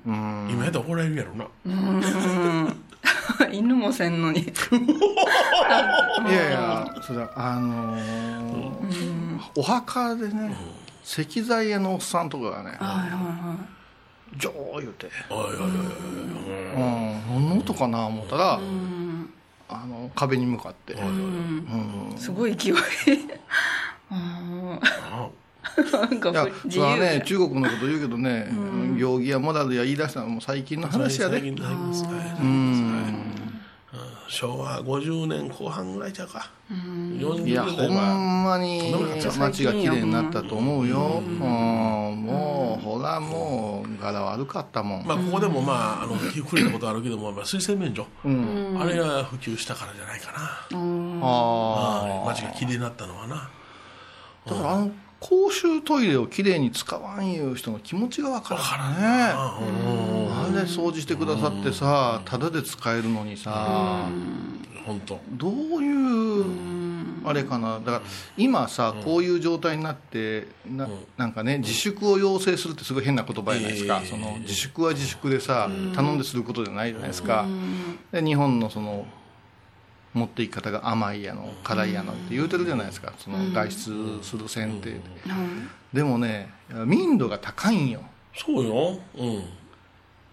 Speaker 3: 今やったら怒られるやろな、
Speaker 2: 犬もせんのに
Speaker 4: いやいやそれはあのーお墓でね石材屋のおっさんとかがね「じょー」言うて
Speaker 3: おいおいおいおい
Speaker 4: 「うん何の音かな?」思ったらあの壁に向かって
Speaker 2: すごい勢いあ
Speaker 3: あ
Speaker 2: ーなんか
Speaker 4: いや
Speaker 2: 自
Speaker 4: それは
Speaker 2: 由
Speaker 4: ね
Speaker 2: で
Speaker 4: 中国のこと言うけどね、行儀やモラルや言い出したのはもう最近の話やで、
Speaker 3: 最近最近最近うん昭和50年後半ぐらいちゃうか、40
Speaker 4: いや
Speaker 3: 年
Speaker 4: ほ
Speaker 3: 代は
Speaker 4: んまに街が綺麗になったと思うよ、うんもうほらもう柄悪かったもん、
Speaker 3: まあここでもまああの触れたことあるけども、まあ、水洗免除、あれが普及したからじゃないかな、
Speaker 4: あ
Speaker 3: はい街が綺麗になったのはな
Speaker 4: あだからあの公衆トイレをきれいに使わんいう人の気持ちがわからんね
Speaker 3: あうん
Speaker 4: あれ掃除してくださってさただで使えるのにさ、
Speaker 3: 本当
Speaker 4: どういうあれかなだから今さこういう状態になってななんかね自粛を要請するってすごい変な言葉じゃないですか
Speaker 3: ええ
Speaker 4: その自粛は自粛でさ頼んですることじゃないじゃないですかで日本のその持っていき方が甘いやの辛いやのって言うてるじゃないですかその外出する選定ででもね民度が高いんよ
Speaker 3: そうよ、うん、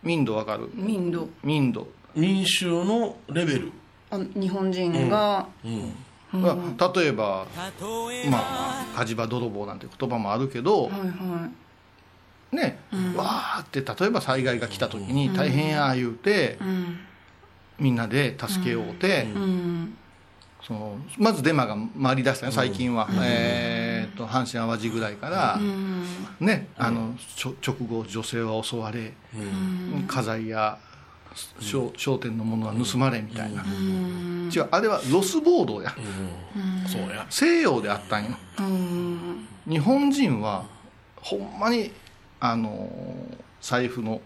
Speaker 4: 民度わかる
Speaker 2: 民度
Speaker 4: 民度
Speaker 3: 民衆のレベル、
Speaker 2: あ日本人が
Speaker 3: うん、
Speaker 4: だから例えばまあ火事場泥棒なんて言葉もあるけど、
Speaker 2: はいは
Speaker 4: ね、わーって例えば災害が来た時に大変や言うて、
Speaker 2: いうん
Speaker 4: みんなで助けようて、
Speaker 2: うん
Speaker 4: そのまずデマが回りだしたね最近は、えー、と阪神・淡路ぐらいから、ね、あのちょ直後女性は襲われ、家財や商商店のものは盗まれみたいな、違うあれはロス暴動や、
Speaker 3: そうや
Speaker 4: 西洋であったんよ、日本人はほんまにあのー財布の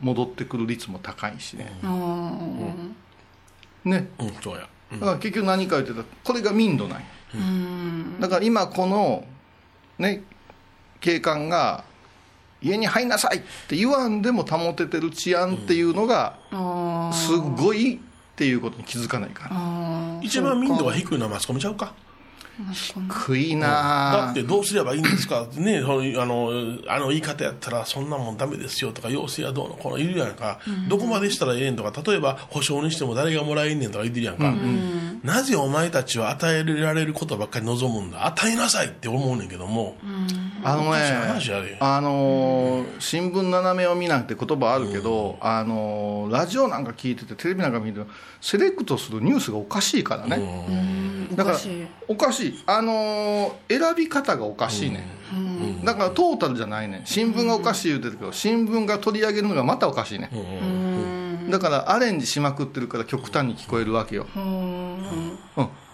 Speaker 4: 戻ってくる率も高いしね,、
Speaker 2: あー
Speaker 4: ね
Speaker 3: うんそうや
Speaker 4: だから結局何か言ってたらこれが民度ない、だから今このね警官が家に入んなさいって言わんでも保ててる治安っていうのが
Speaker 2: あー
Speaker 4: すごいっていうことに気づかないから
Speaker 2: あー
Speaker 3: 一番民度が低いのはマスコミちゃうか
Speaker 4: 悔い
Speaker 3: だ
Speaker 4: な
Speaker 3: っ
Speaker 4: あ
Speaker 3: てどうすればいいんですかってねそのあのあの言い方やったらそんなもんダメですよとか要請はどうのこのいるやんか、どこまでしたらええんとか例えば保証にしても誰がもらえんねんとか言ってるやんか、なぜお前たちは与えられることばっかり望むんだ与えなさいって思うねんけども、
Speaker 4: あの
Speaker 3: 昔の話や
Speaker 4: ね
Speaker 3: で、
Speaker 4: あのー新聞斜めを見なんて言葉あるけど、あのーラジオなんか聞いててテレビなんか見ててセレクトするニュースがおかしいからね、だから
Speaker 2: おかしい
Speaker 4: おかしいあのー選び方がおかしいね、んだからトータルじゃないね新聞がおかしい言うてるけど新聞が取り上げるのがまたおかしいね、だからアレンジしまくってるから極端に聞こえるわけよ、うん、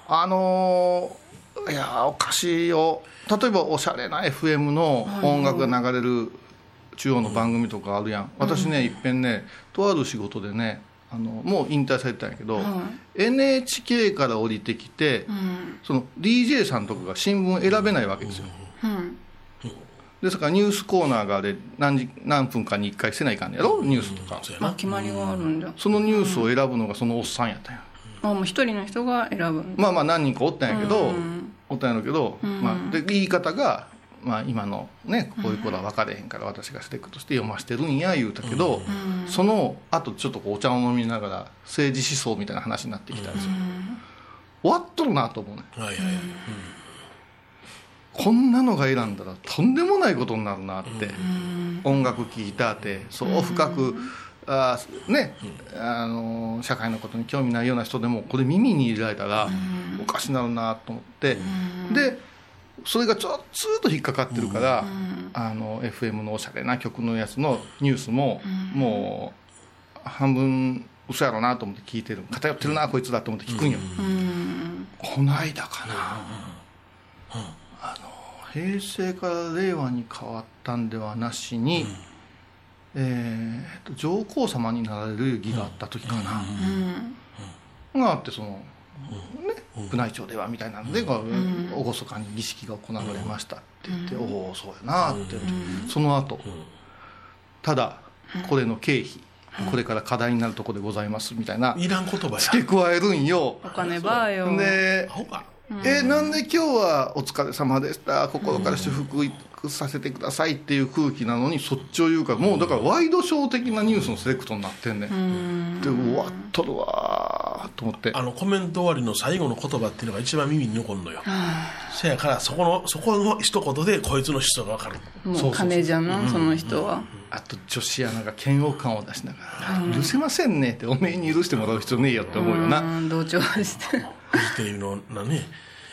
Speaker 4: あのーいやーおかしいよ例えばおしゃれな FM の音楽が流れる中央の番組とかあるやん、私ねいっぺんねとある仕事でねあのもう引退されてたんやけど、NHK から降りてきて、その DJ さんとかが新聞選べないわけですよ、
Speaker 2: うん
Speaker 4: ですからニュースコーナーがあれ何時何分かに1回せないかんやろニュースとか、
Speaker 3: そうや
Speaker 2: まあ
Speaker 3: な
Speaker 2: 決まりがあるんだ
Speaker 4: そのニュースを選ぶのがそのおっさんやったんや
Speaker 2: あもう一人の人が選ぶ
Speaker 4: まあまあ何人かおったんやけど、おったんやろうけど、まあ、で言い方が、まあ、今のねこういう子ら分かれへんから私がステックとして読ましてるんや言うたけど、そのあとちょっとこうお茶を飲みながら政治思想みたいな話になってきたんですよ、終わっとるなと思うね
Speaker 3: はいはいはい
Speaker 4: こんなのが選んだらとんでもないことになるなって、音楽聴いたってそう深くあーねあのー社会のことに興味ないような人でもこれ耳に入れられたらおかしなるなと思って、でそれがちょずっと引っかかってるから、あの FM のおしゃれな曲のやつのニュースも、もう半分嘘やろなと思って聞いてる偏ってるなこいつだと思って聞くんよ、この間かな、あの平成から令和に変わったんではなしに、えーと上皇様になられる儀があった時かな、があってその、ね宮内庁ではみたいなので、こう厳かに儀式が行われましたって言って、おおそうやなって、その後、ただこれの経費、これから課題になるところでございますみたいな
Speaker 3: うんいらん言葉や
Speaker 4: 付け加えるんよ
Speaker 2: お金ばーよ、
Speaker 4: で
Speaker 3: アホか
Speaker 4: えなんで今日はお疲れ様でした心から祝福させてくださいっていう空気なのにそっちを言うからもうだからワイドショー的なニュースのセレクトになってんねんでうわっとるわーと思って
Speaker 3: あのコメント終わりの最後の言葉っていうのが一番耳に残るのよせやからそこのそこの一言でこいつの質素が分かる
Speaker 2: もう金じゃなその人は、
Speaker 4: あと女子アナが嫌悪感を出しながら「許せませんね」っておめえに許してもらう必要ねえよって思うよな
Speaker 2: うん同調 して
Speaker 3: フジテレビのなね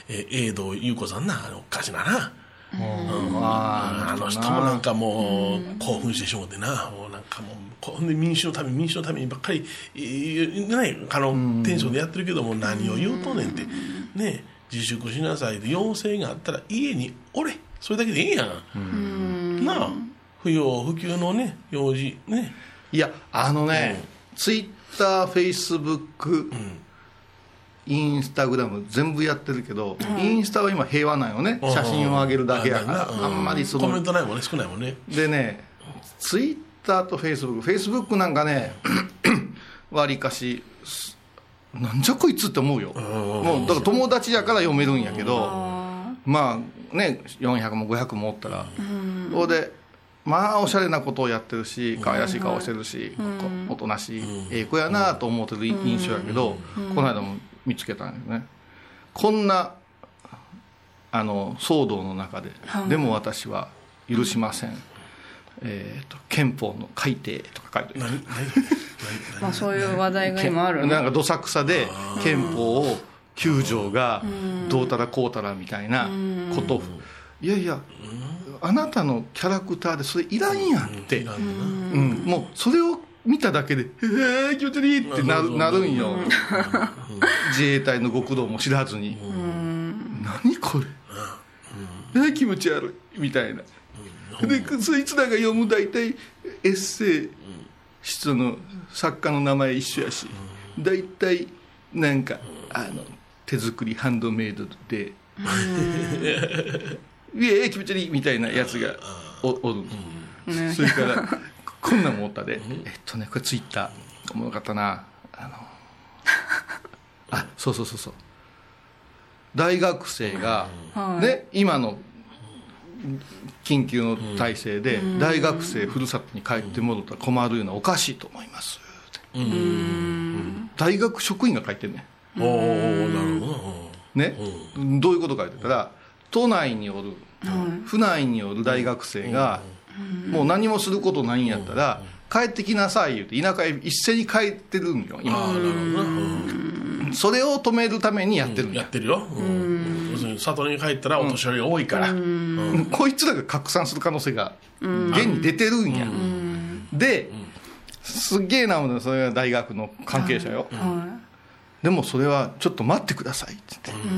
Speaker 3: えー永堂優子さんなあのおかしなな
Speaker 4: うんあ
Speaker 3: あの人もなんかもう興奮してしもってな、もうなんかもう、こほんで民主のために、民主のためにばっかり、いいないあのテンションでやってるけども、何を言うとねんって、ね自粛しなさいで、要請があったら、家におれ、それだけでいいやん。なあ、不要不急のね、用事、ね、
Speaker 4: ーいやあのねツイッターフェイスブックインスタグラム全部やってるけど、インスタは今平和なんよね、
Speaker 3: ん
Speaker 4: 写真を上げるだけやから、
Speaker 3: うん
Speaker 4: あんまりそ
Speaker 3: コメン
Speaker 4: の
Speaker 3: トないもんね、少ないもんね。
Speaker 4: でねツイッターとフェイスブックフェイスブックなんかねわりかしすなんじゃこいつって思うよ、もうだから友達やから読めるんやけど、まあね400も500もおったら、それでまあおしゃれなことをやってるし可愛らしい顔してるし、おとなしい、ええ子やなと思ってる印象やけど、この間も見つけたんよねこんなあの騒動の中で、でも私は許しません、えー、と憲法の改定とか書いてあ
Speaker 3: 何、
Speaker 4: る
Speaker 3: 何、何、
Speaker 2: まあそういう話題が今ある
Speaker 4: なん
Speaker 2: ね
Speaker 4: かどさくさで憲法を9条がどうたらこうたらみたいなことをいやいやあなたのキャラクターでそれいらんやんって、
Speaker 3: 何なんだ
Speaker 4: うんもうそれを見ただけで「へえ気持ちいい!」ってなるなるんよ自衛隊の極道も知らずに「何これえ気持ち悪い」みたいなでそいつらが読む大体エッセイその作家の名前一緒やし大体なんかあの手作りハンドメイドで「 いえ気持ち悪い」みたいなやつがおおる、それからこんなんもおったでえっとねこれツイッターおもろかったなあのあそうそうそうそう大学生が、ね今の緊急の体制で大学生ふるさとに帰って戻ったら困るようなおかしいと思いますって大学職員が書いてるね
Speaker 3: おー、なるほどな。うん
Speaker 4: ね、どういうことかって言ったら都内におる、府内におる大学生が、もう何もすることないんやったら、帰ってきなさい言うて田舎へ一斉に帰ってるんよ
Speaker 3: ああ、な
Speaker 4: 今、
Speaker 3: るほどな。うん
Speaker 4: それを止めるためにやってるん
Speaker 3: や
Speaker 4: や、
Speaker 3: ってるよ、うん、要するに里に帰ったらお年寄りが多いから、
Speaker 4: こいつらが拡散する可能性が現に出てるんや、で、すっげえなものそれが大学の関係者よ、
Speaker 2: は
Speaker 4: でもそれはちょっと待ってくださいって言って、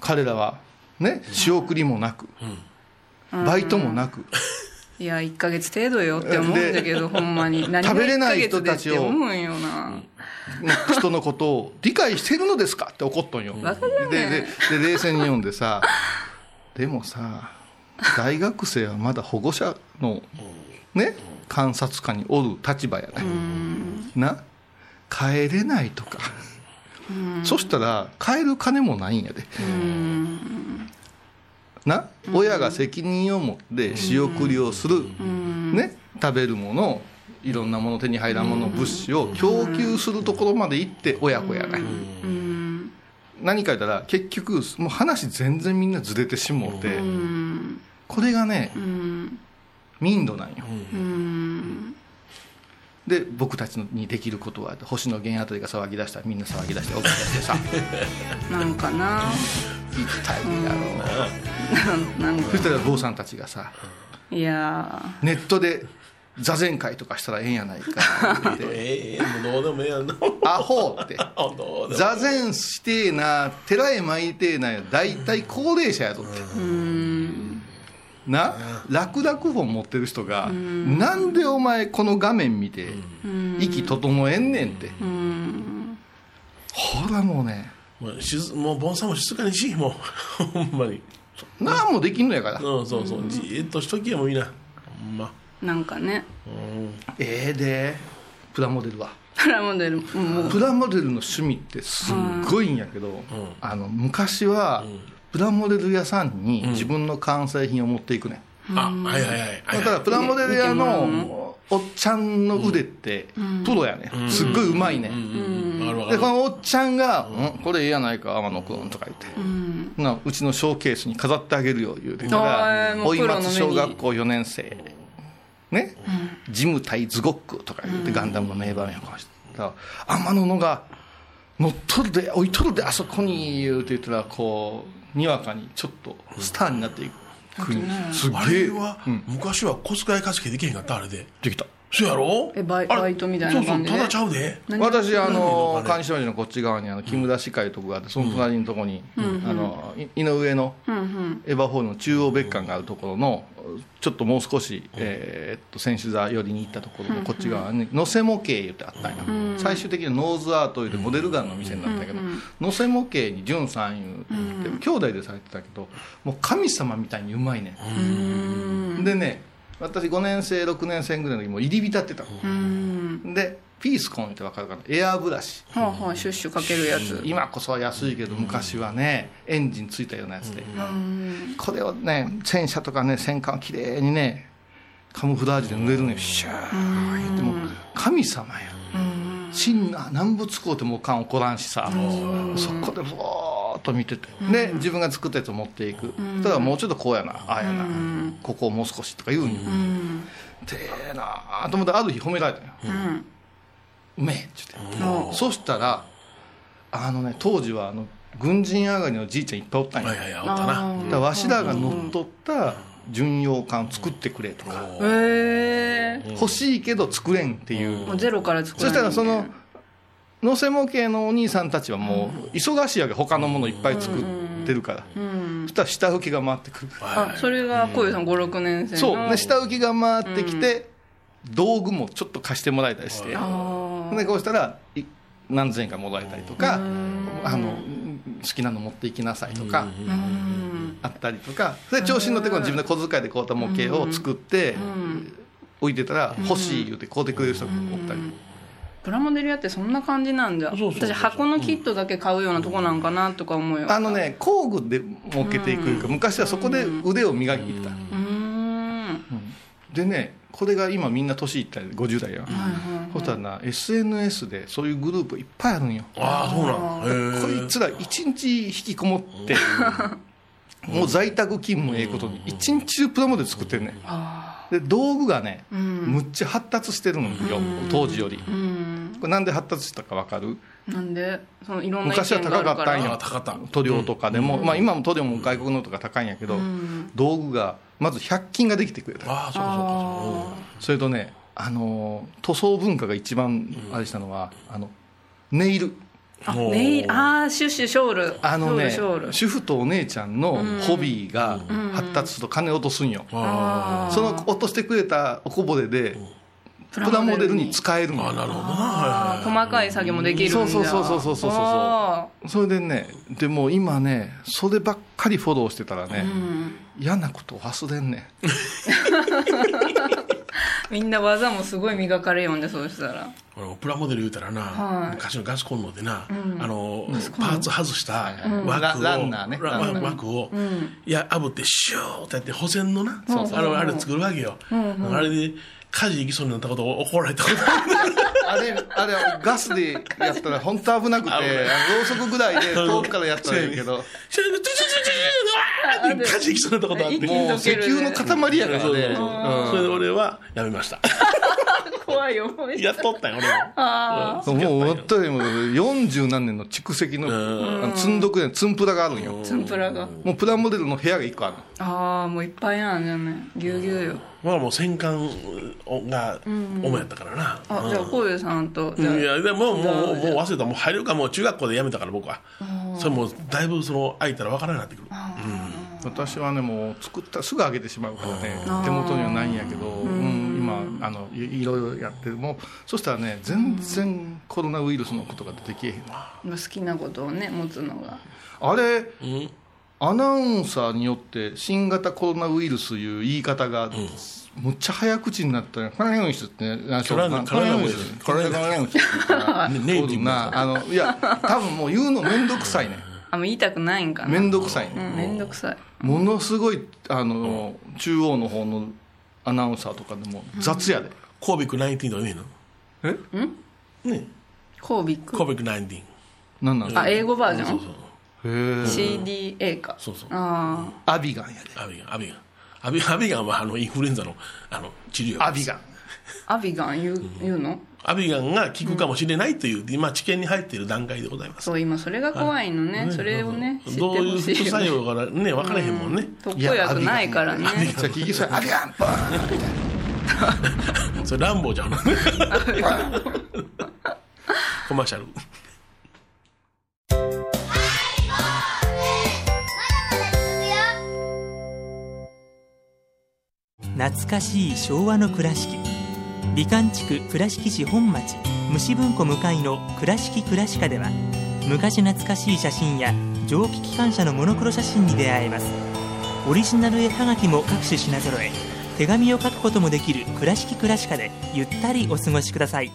Speaker 4: 彼らはね仕送りもなく、バイトもなく、
Speaker 2: いいや1ヶ月程度よって思うんだけどほんまに何が
Speaker 4: 食べれ
Speaker 2: 1ヶ
Speaker 4: ない
Speaker 2: 月
Speaker 4: 人
Speaker 2: で
Speaker 4: た
Speaker 2: っ
Speaker 4: ち
Speaker 2: て
Speaker 4: を
Speaker 2: 思うんよな
Speaker 4: 人のことを理解してるのですかって怒っとんよ。
Speaker 2: バカじゃね
Speaker 4: ででで冷静に読んでさ でもさ大学生はまだ保護者のね観察下におる立場やねな帰れないとかそしたら帰る金もないんやでな親が責任を持って仕送りをするね食べるものいろんなもの手に入らんもの物資を供給するところまで行って親子やない何か言ったら結局もう話全然みんなずれてしもうてこれがね民度なんよで僕たちにできることは星野源あたりが騒ぎ出したらみんな騒ぎ出して起き出してさ
Speaker 2: なんかな
Speaker 4: 一体やろう
Speaker 2: なん
Speaker 4: そ
Speaker 2: か
Speaker 4: したら坊さんたちがさ
Speaker 2: いやー
Speaker 4: ネットで座禅会とかしたらええんやない かって言って
Speaker 3: ええもうどうでもええやんな
Speaker 4: 「アホ!」って
Speaker 3: あどうでも
Speaker 4: 座禅してえな寺へ参りてえなや大体高齢者やぞってな楽々本持ってる人がなんでお前この画面見て息整えんねんってほらもうね
Speaker 3: もうしずもうボンさんも 静かにしもうほんまに
Speaker 4: なんもできんのやから
Speaker 3: うんそうそうじーっとしときやもういいなほんま
Speaker 2: なんかね
Speaker 3: うん
Speaker 4: ええでプラモデルは
Speaker 2: プラモデルもう
Speaker 4: プラモデルの趣味ってすっごいんやけど、あの昔はプラモデル屋さんに自分の完成品を持っていくねん、
Speaker 3: あはいはいはいはい
Speaker 4: だからプラモデル屋のおっちゃんの腕ってプロやね、ん、すっごいうまいね、
Speaker 3: うんうんわかるわか
Speaker 4: で
Speaker 3: る
Speaker 4: このおっちゃんが「うんこれええやないか天野くん」とか言って、なうちのショーケースに飾ってあげるよ言うてたら
Speaker 2: あー
Speaker 4: 「
Speaker 2: もう
Speaker 4: おい
Speaker 2: プロの目
Speaker 4: 松
Speaker 2: に
Speaker 4: 小学校4年生ね、ジム対ズゴック」とか言ってガンダムの名場面をこうしてたら天野のが「乗っとるで置いとるであそこに」言うて言ったらこうにわかにちょっとスターになっていく、すっ
Speaker 3: あ
Speaker 4: げ
Speaker 3: れ
Speaker 4: え
Speaker 3: は昔は小遣い稼ぎできへんかったあれで
Speaker 4: できた
Speaker 3: そうやろ
Speaker 2: えバイ
Speaker 3: あれ
Speaker 2: バイトみたいな感じ
Speaker 3: そ
Speaker 2: で
Speaker 3: うそうただちゃうで
Speaker 4: 私あ
Speaker 3: あ
Speaker 4: の
Speaker 3: れ
Speaker 4: 管理島寺のこっち側にあの木村市会とこがあってその隣のとこに、あのい井上のエヴァホールの中央別館があるところのちょっともう少し、えーっと選手座寄りに行ったところのこっち側に野瀬模型言ってあったんや、最終的にノーズアート言うてモデルガンの店になったんやけど野瀬模型に潤さん言うて兄弟でされてたけどもう神様みたいにうまいね、ん、でね私5年生6年生ぐらいの時もう入り浸ってたの、
Speaker 2: うん
Speaker 4: でピースコンって分かるかなエアーブラシ
Speaker 2: はあはあシュッシュかけるやつ
Speaker 4: 今こそは安いけど昔はねエンジンついたようなやつでこれをね戦車とかね戦艦をきれいにねカムフラージュで塗れるのよシュー言ってもう神様や真な南仏港ってもう缶起こらんしさそこでぼーっと見ててで自分が作ったやつを持っていくそしたらもうちょっとこうやなああやなここをもう少しとか言うんよてえなあと思ってある日褒められたんよ
Speaker 2: うん
Speaker 4: うめえって言って。
Speaker 2: あ
Speaker 4: そしたらあのね当時はあの軍人上がりのじいちゃんいっぱいおったんや、
Speaker 3: はいはいはいおったな
Speaker 4: だからわしらが乗っ取った巡洋艦作ってくれとか、
Speaker 2: へえ
Speaker 4: 欲しいけど作れんっていう、
Speaker 2: もうゼロから作
Speaker 4: そ
Speaker 2: る
Speaker 4: したらその能勢模型のお兄さんたちはもう忙しいわけ他のものいっぱい作ってるから、そしたら下請けが回ってくる、
Speaker 2: あそれがこういうさん56年生の
Speaker 4: そうで下請けが回ってきて、道具もちょっと貸してもらえたりして、
Speaker 2: あ
Speaker 4: でこうしたらい何千円かもらえたりとかあのうん好きなの持っていきなさいとか
Speaker 2: あうん
Speaker 4: あったりとかで調子に乗ってこの自分の小遣いで買うた模型を作って置いてたら欲しい言うて買うてくれる人がおったり
Speaker 2: プラモデル屋ってそんな感じなんじゃ
Speaker 3: そうそうそう
Speaker 2: 私箱のキットだけ買うようなとこなんかなとか思うよ
Speaker 4: あのね工具で儲けていくいうか昔はそこで腕を磨きてた
Speaker 2: うーんはい
Speaker 4: でねこれが今みんな年いったり50代や
Speaker 2: は
Speaker 4: ほしたらな SNS でそういうグループいっぱいあるんよ
Speaker 3: ああそうなん
Speaker 4: こ
Speaker 3: へえ
Speaker 4: いつら一日引きこもって、もう在宅勤務ええことに、一日中プラモデル作ってんねんで、道具がね、むっちゃ発達してるのよ、当時より。
Speaker 2: いうん
Speaker 4: これなんで発達したか分かる
Speaker 2: なんでそのいろんな意
Speaker 4: 昔は
Speaker 2: 見があ
Speaker 4: 高
Speaker 2: るか
Speaker 4: か
Speaker 2: ら
Speaker 4: ったん
Speaker 3: あ
Speaker 4: よ
Speaker 3: あ高かった
Speaker 4: 塗料とかでも、まあ、今も塗料も外国のとか高いんやけど、道具がまず100均ができてくれた
Speaker 3: ああそうかそうかそうか
Speaker 4: それとね、あのー塗装文化が一番あれしたのは、あのネイル
Speaker 2: あ
Speaker 3: もう
Speaker 2: ネイルあーシュッシュショール
Speaker 4: あのね
Speaker 2: ショールショール
Speaker 4: 主婦とお姉ちゃんのホビーが発達すると金落とすんよ、
Speaker 3: あ
Speaker 4: その落としてくれたおこぼれでプラモデルに使える
Speaker 3: ーあー
Speaker 4: の
Speaker 3: なるほどなは
Speaker 2: あ細かい作業もできるんじゃ
Speaker 4: そうそうそうそうそうそうそう
Speaker 2: あ
Speaker 4: それでねでも今ねそればっかりフォローしてたらね、嫌なことを忘れんねん
Speaker 2: ーみんな技もすごい磨かれようんでそうしたら
Speaker 3: いはい俺プラモデル言うたらな
Speaker 2: はい
Speaker 3: 昔のガスコンロでなあのパーツ外した
Speaker 4: ラ
Speaker 3: ワークを
Speaker 4: ランナーね
Speaker 3: ラ
Speaker 4: ランナー
Speaker 3: ワークをいや炙ってシューってやって補選のなあ
Speaker 2: そうそう
Speaker 3: のあれ作るわけよあれで火事行きそうになったことを怒られ たこと
Speaker 4: あれあれガスでやったら本 当危なくて
Speaker 3: 危ない
Speaker 4: ろうそくぐら いで遠くからやったらいいけど
Speaker 3: チュチュチュチュチュうわーって火事行きそうになったことあって
Speaker 2: ある
Speaker 3: も
Speaker 4: もう石油の塊やからね
Speaker 3: うそれで俺はやめました
Speaker 2: 怖い思い
Speaker 3: やっとったよ、俺
Speaker 2: あ
Speaker 3: も。
Speaker 4: もう終わ
Speaker 3: や
Speaker 4: ったよ、もう40何年の蓄積の、あの積んどくね、積んぷらがあるんよ。
Speaker 2: ーツンプラが
Speaker 4: もうプラモデルの部屋が1個あるの。
Speaker 2: ああもういっぱいなんじゃねぎゅうぎゅうよ
Speaker 3: まあもう戦艦が、お前やったからな。
Speaker 2: あじゃあこういうさんとじゃあ
Speaker 3: いやでももうもうもう忘れたもう入るかもう中学校で辞めたから僕はそれもうだいぶその空いたらわからなくなってくる
Speaker 4: 私はね、もう作ったらすぐあげてしまうからね、手元にはないんやけど、うん今あのい、いろいろやってる、もう、そしたらね、全然コロナウイルスのことが出てきえへんわ
Speaker 2: 好きなことをね持つのが
Speaker 4: あれ、アナウンサーによって、新型コロナウイルスいう言い方が、むっちゃ早口になったら、カナウイルスってね、あそう
Speaker 3: カナカナウイルス
Speaker 4: カナウイルスカナウイルスって言うから
Speaker 3: ねネイティブ
Speaker 4: そうな、あの、いや、多分もう言うのめんどくさいね。
Speaker 2: あもう言いたくないんか
Speaker 4: め
Speaker 2: なん
Speaker 4: どくさいね。
Speaker 2: うんめんどくさい
Speaker 4: ものすごいあの、中央の方のアナウンサーとかでも雑やで、
Speaker 3: コービック19とか言えんのね
Speaker 2: コービック
Speaker 3: コービック19
Speaker 4: なん、なん
Speaker 2: あ英語バージョ
Speaker 3: そう
Speaker 2: ン
Speaker 3: そう
Speaker 2: CDA か
Speaker 3: そうそう
Speaker 2: あ
Speaker 4: アビガンやで
Speaker 3: アビガンアビガンアビアビガンはあのインフルエンザのあの治療薬
Speaker 4: アビガン
Speaker 2: あアビガン言う言うの
Speaker 3: アビガンが効くかもしれないという今治験に入っている段階でございます
Speaker 2: そう今それが怖いのねそれをね知って
Speaker 3: どうい
Speaker 2: ほ
Speaker 3: う
Speaker 2: し
Speaker 3: 副
Speaker 2: いよね
Speaker 3: 作用がね分からへんもんね
Speaker 2: 特効薬ないからね
Speaker 4: めっちゃ聞きそうやアビガンバーン
Speaker 3: それ乱暴 じゃん コマーシャル
Speaker 1: 懐かしい昭和の倉敷美観地区倉敷市本町虫文庫向かいの「倉敷倉敷科」では昔懐かしい写真や蒸気機関車のモノクロ写真に出会えますオリジナル絵はがきも各種品揃え手紙を書くこともできる「倉敷倉敷科」でゆったりお過ごしください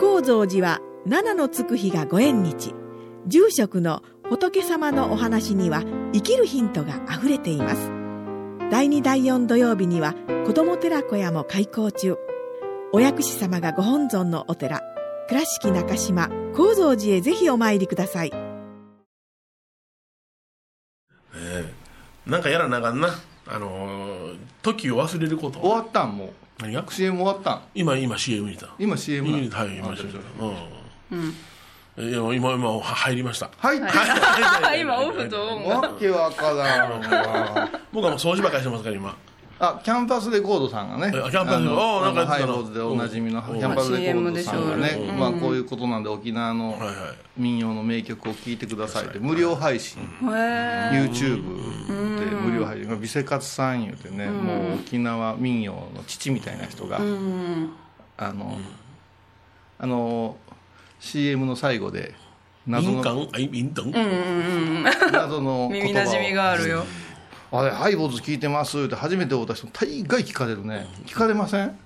Speaker 5: 高蔵寺は七のつく日がご縁日住職の仏様のお話には生きるヒントがあふれています第2第4土曜日には子ども寺小屋も開校中お薬師様がご本尊のお寺倉敷中島・高蔵寺へぜひお参りください
Speaker 3: なんかやらなあかんなあのー時を忘れるこ
Speaker 4: 終
Speaker 3: と
Speaker 4: わったんもう
Speaker 3: 何が
Speaker 4: CM 終わったん
Speaker 3: 今今 CM 入れた
Speaker 4: 今 CM
Speaker 3: 入れ
Speaker 4: な
Speaker 3: たはい
Speaker 4: あ
Speaker 3: 今 CM
Speaker 4: そう
Speaker 3: 入れたうんいや今今は入りました
Speaker 4: はい、
Speaker 3: は い
Speaker 2: 今オフとオンが
Speaker 4: わけわからんわ
Speaker 3: 僕はもう掃除ばっかりしてますから今
Speaker 4: あキャンパスレコードさんがね
Speaker 3: えキャンパスレコード
Speaker 4: あの
Speaker 3: おーなんかやって
Speaker 4: ハイ
Speaker 3: たな
Speaker 4: ローズでおなじみのキ
Speaker 3: うん
Speaker 4: ャンパスレコードさんが
Speaker 2: まあ CM
Speaker 4: ね
Speaker 2: でしょうね
Speaker 4: まあ、こういうことなんで沖縄の
Speaker 3: はいはい
Speaker 4: 民謡の名曲を聴いてくださいって無料配信、
Speaker 2: へえ
Speaker 4: YouTube で無料配信美生活さん言うてね、もう沖縄民謡の父みたいな人が、あの、あの CM の最後で
Speaker 3: イ
Speaker 4: 謎
Speaker 3: ンカ
Speaker 4: の
Speaker 3: ンあインインタン、
Speaker 4: 謎の言葉を
Speaker 2: 耳なじみがあるよ
Speaker 4: あれ、ハイボーズ聞いてますって初めて会うた人、大概聞かれるね。聞かれません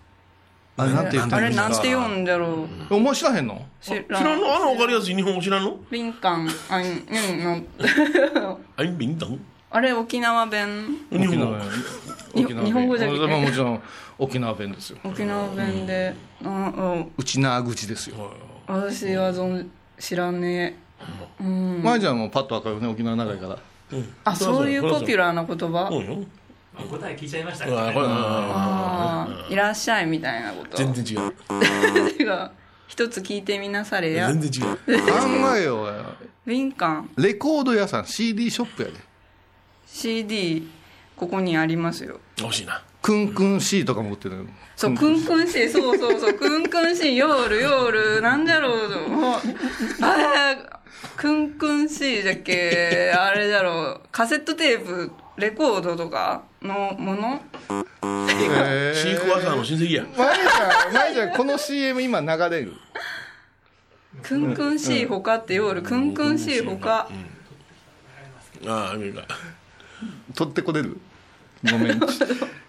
Speaker 4: あれ、なんて言って
Speaker 2: あ
Speaker 4: る
Speaker 2: れ
Speaker 4: んですか
Speaker 2: なんて読んだろう
Speaker 4: お前知らへんの
Speaker 2: 知
Speaker 3: 知らんのあの分かりやすい日本語知らんの
Speaker 2: リンカンあんうんなん
Speaker 3: あインインタン
Speaker 2: あれ沖縄弁
Speaker 3: 日本語
Speaker 4: 沖縄弁。
Speaker 2: 日本語じゃ
Speaker 4: それはもちろん沖縄弁ですよ。
Speaker 2: 沖縄弁でうんうん
Speaker 4: うちなあぐちですよ。
Speaker 2: 私は存知らね
Speaker 4: まいちゃんもパッとわかるよね、沖縄長いから。
Speaker 2: えあそういうポピュラーな言葉
Speaker 3: そうよ
Speaker 1: 答え聞いちゃいました
Speaker 3: うわこれ
Speaker 2: ああいらっしゃいみたいなこと
Speaker 3: 全然違う
Speaker 2: 手が一つ聞いてみなされや
Speaker 3: 全然違う
Speaker 4: 考えようや。
Speaker 2: リンカン
Speaker 4: レコード屋さん、CD ショップやで。
Speaker 2: CD ここにありますよ
Speaker 3: 惜しいな
Speaker 4: クンクン C とかも売ってるのよ。
Speaker 2: そうクンクンシーそうそうそうクンクンシーヨールヨールなんじゃろうとああクンクンシーじゃっけあれだろうカセットテープレコードとかのもの
Speaker 4: へー
Speaker 3: シークワーサーの親戚や
Speaker 4: まいちゃん、まいちゃん、この CM 今流れる。
Speaker 2: クンクンシーほかってヨールクンクンシーほか
Speaker 3: ああアメリカ
Speaker 4: 取ってこれる ごめん。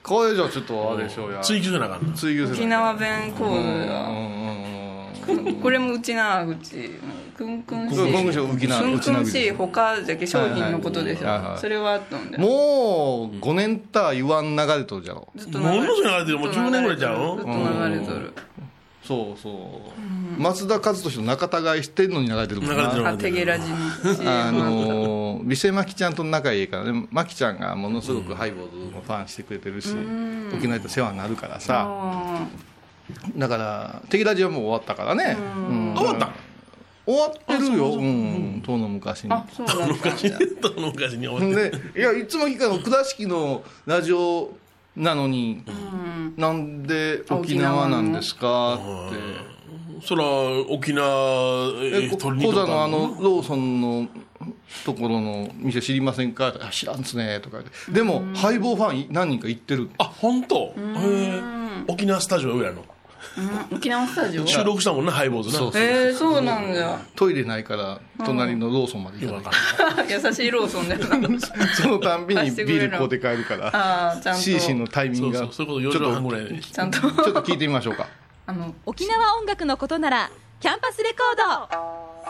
Speaker 4: これじゃちょっとあれでしょうや。
Speaker 3: 追求じゃなあかんな
Speaker 4: 追求する
Speaker 2: 沖縄弁コ
Speaker 4: う
Speaker 2: ードだ
Speaker 4: んうんうん
Speaker 2: これもうちなあぐちくんくんし
Speaker 4: そうくんくんしう
Speaker 2: く
Speaker 4: ちなあぐ
Speaker 2: ん
Speaker 4: ち
Speaker 2: くんし他じゃけ商品のことでし
Speaker 4: はいはいは
Speaker 2: ょ
Speaker 4: い
Speaker 2: それはあったんで
Speaker 4: もう5年た言わん流れとるじゃろ
Speaker 2: ずっ
Speaker 3: ものすごい流れてるもう10年ぐらいちゃ
Speaker 2: ずっ
Speaker 3: う
Speaker 2: と流れとる
Speaker 4: そうそう、松田和俊の仲違いしてんのに流れてるもんな
Speaker 3: 流れてる
Speaker 2: あテゲラジの CM
Speaker 4: あのー、美瀬真紀ちゃんと仲いいからね真紀ちゃんがものすごくハイボーズのファンしてくれてるし、沖縄行ったら世話になるからさ、
Speaker 2: あ
Speaker 4: だからテキラジはもう終わったからね、うん
Speaker 3: 終わった
Speaker 4: 終わってるようん遠の昔に
Speaker 2: あそうなんだ
Speaker 3: 昔にどの昔に終わって
Speaker 4: でいやいつも聞かの倉敷のラジオなのに、なんで沖縄なんですかって
Speaker 3: そら沖縄
Speaker 4: え
Speaker 3: え
Speaker 4: こ
Speaker 3: 鳥に
Speaker 4: 小
Speaker 3: と
Speaker 4: 座
Speaker 3: か
Speaker 4: のあのローソンのところの店知りませんかあ知らんっすねとか言ってでもハイボーファンい何人か行ってる
Speaker 3: あ本当へえ沖縄スタジオぐらいの
Speaker 2: 沖縄スタジオ
Speaker 3: 収録したもんなハイボーズな
Speaker 4: そうそう
Speaker 2: えー、そうなんだ
Speaker 4: トイレないから隣のローソンまで行
Speaker 3: よ
Speaker 4: か
Speaker 3: くわ
Speaker 4: な
Speaker 3: か
Speaker 4: か
Speaker 3: んない
Speaker 2: 優しいローソンだよな
Speaker 4: そのたん びにビール買うて帰るから
Speaker 2: あーちゃんと
Speaker 4: C ーのタイミ
Speaker 3: そ
Speaker 4: ン
Speaker 3: う
Speaker 4: グ
Speaker 3: そ
Speaker 4: が
Speaker 3: う
Speaker 4: ち
Speaker 3: そ
Speaker 4: ょ
Speaker 3: れこと
Speaker 4: っ
Speaker 3: そ
Speaker 4: ち
Speaker 3: 4時半ぐらいに
Speaker 2: ちゃんと
Speaker 4: ょっと聞いてみましょうか
Speaker 2: あの
Speaker 6: 沖縄音楽のことならキャンパスレコード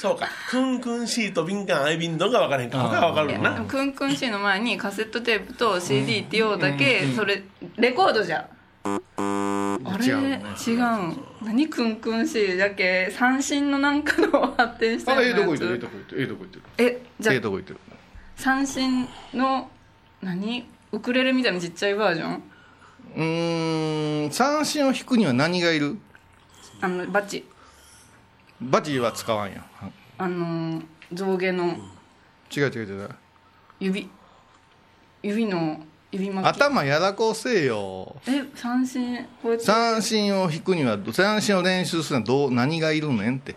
Speaker 3: そうかクンクンシートビンカンアイビンドンが分からへんか他は分かるよな
Speaker 2: クンクン C の前にカセットテープと CD ってようだけそれレコードじゃんあれ違
Speaker 4: 違う
Speaker 2: う
Speaker 4: ね
Speaker 2: ん何クンクン C だけ三振のなんかの発展した
Speaker 4: あ
Speaker 2: よう
Speaker 4: らええと
Speaker 2: な
Speaker 4: こ行
Speaker 2: や
Speaker 4: ってるええと
Speaker 2: つ
Speaker 4: こ行ってるええとこ行ってる
Speaker 2: えじゃ
Speaker 4: ええ
Speaker 2: あ
Speaker 4: とこ行ってる
Speaker 2: 三振の何ウクレレみたいなちっちゃいバージョン
Speaker 4: うーん三振を引くには何がいる
Speaker 2: あのバチ
Speaker 4: バジーは使わんや
Speaker 2: あのー象牙の
Speaker 4: 違う違う違う
Speaker 2: 指指の指巻き
Speaker 4: 頭やらこせよ
Speaker 2: え三振こうやって
Speaker 4: 三振を引くには三振を練習するのはどう何がいるねんって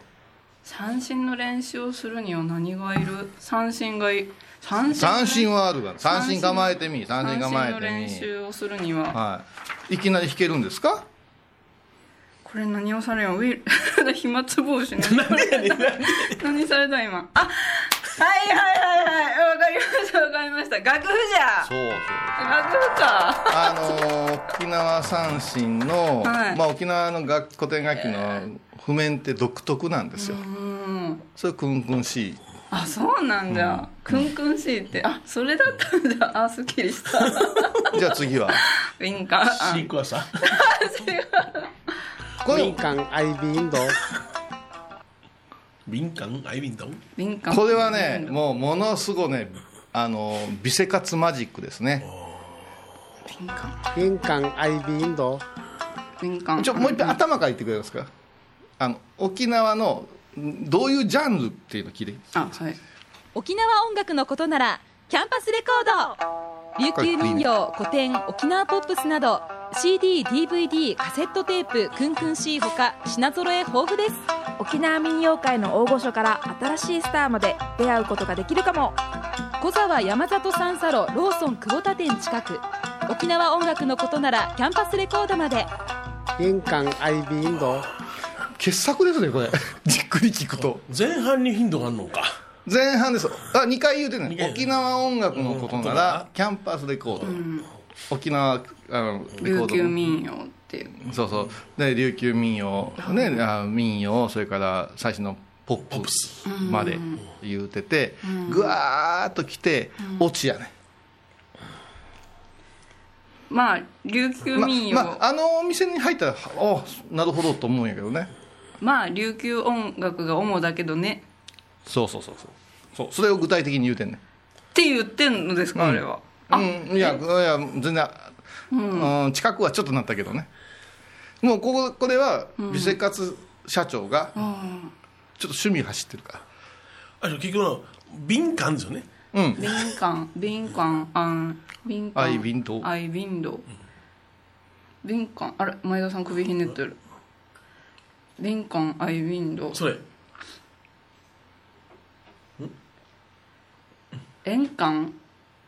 Speaker 2: 三振の練習をするには何がいる三振がい三振
Speaker 4: 三振はあるが三振構えてみ三振
Speaker 2: 三
Speaker 4: 構
Speaker 2: 振
Speaker 4: え
Speaker 2: の
Speaker 4: て
Speaker 2: 練
Speaker 4: み
Speaker 2: 習をするには
Speaker 4: はいいきなり弾けるんですか
Speaker 2: これ何をされよウィル 飛沫防止ね何された今 あはいはいはいはいわかりましたわかりました楽譜じゃ
Speaker 4: そうそう
Speaker 2: 楽譜か
Speaker 4: あのー沖縄三振の、
Speaker 2: はい
Speaker 4: まあ、沖縄の楽古典楽器の譜面って独特なんですよ、
Speaker 2: うん
Speaker 4: それクンクン C
Speaker 2: あそうなんだ、クンクン C ってあそれだったんだあすっきりした
Speaker 4: じゃあ 次は
Speaker 2: ウィンカーあ
Speaker 3: シークワーサー
Speaker 4: こ
Speaker 7: 玄
Speaker 4: れ
Speaker 7: 関アイビンド
Speaker 3: ビンカンアイビンドン
Speaker 2: ウィンカー
Speaker 4: これはねもうものすごいねあのービセカツマジックですね
Speaker 2: ウィンカー
Speaker 7: 玄関アイビンド
Speaker 2: ウィンカー
Speaker 4: ちょもう一遍頭から言ってくれますかあの沖縄のんどういうジャンルっていうの聞いて
Speaker 2: あはい
Speaker 6: 沖縄音楽のことならキャンパスレコード琉球民謡古典沖縄ポップスなど CDDVD カセットテープクンクン C ほか品揃え豊富です
Speaker 8: 沖縄民謡界の大御所から新しいスターまで出会うことができるかも
Speaker 6: 小沢山里三佐路ローソン久保田店近く沖縄音楽のことならキャンパスレコードまで
Speaker 7: 玄関アイビンド
Speaker 4: 傑作ですね これじっくり聞くと
Speaker 3: 前半に頻度があるのか
Speaker 4: 前半ですあ2回言うてる
Speaker 3: 二回
Speaker 4: ね沖縄音楽のことならキャンパスレコード、沖縄あのレコ
Speaker 2: 琉
Speaker 4: ード
Speaker 2: 球民謡っていう
Speaker 4: そうそうで琉球民謡、ね、あ民謡それから最初のポップスまで言うててぐわーっと来て落ちやね、
Speaker 2: まあ琉球
Speaker 4: ま
Speaker 2: 民謡、
Speaker 4: まあのお店に入ったらあなるほどと思うんやけどね
Speaker 2: まあ琉球音楽が主だけどね
Speaker 4: そうそうそうそうそうそれを具体的に言うてんね
Speaker 2: って言ってんのですか、あれは
Speaker 4: うんいやいや全然、うん近くはちょっとなったけどねもうこここれは美生活社長がちょっと趣味走ってるか
Speaker 3: あじゃあ結局のビンカンですよね
Speaker 4: らうん
Speaker 2: 敏感敏感あん敏感
Speaker 4: アイビンド
Speaker 2: アイビンド敏感あれ前田さん首ひねってる敏感アイビンド
Speaker 3: それ
Speaker 2: 円感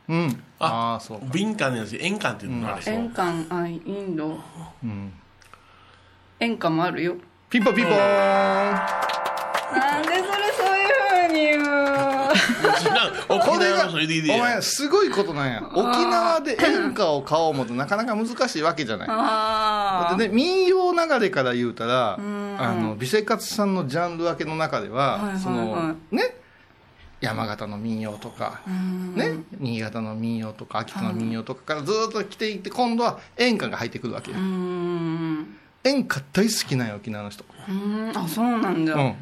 Speaker 4: うん
Speaker 3: あ
Speaker 4: ああそう
Speaker 3: ビンカンじゃなくて円環っていうのがあれ
Speaker 2: 円感アイインド円感もあるよ
Speaker 4: ピンポンピンポーン
Speaker 2: なんでそれそういうふうに言う
Speaker 3: 違う沖
Speaker 4: これ
Speaker 3: 縄
Speaker 4: が
Speaker 3: のそれでいいで
Speaker 4: お前すごいことなんや沖縄で演歌を買おうもとなかなか難しいわけじゃないだ
Speaker 2: あ
Speaker 4: ってね民謡流れから言うたらあの美生活さんのジャンル分けの中では、
Speaker 2: はいはい
Speaker 4: そのね山形の民謡とか、ね、新潟の民謡とか秋田の民謡とかからずっと来ていって今度は演歌が入ってくるわけよ、
Speaker 2: うん
Speaker 4: 演歌大好きなんよ沖縄の人、
Speaker 2: うんあそうなんだ、
Speaker 4: うん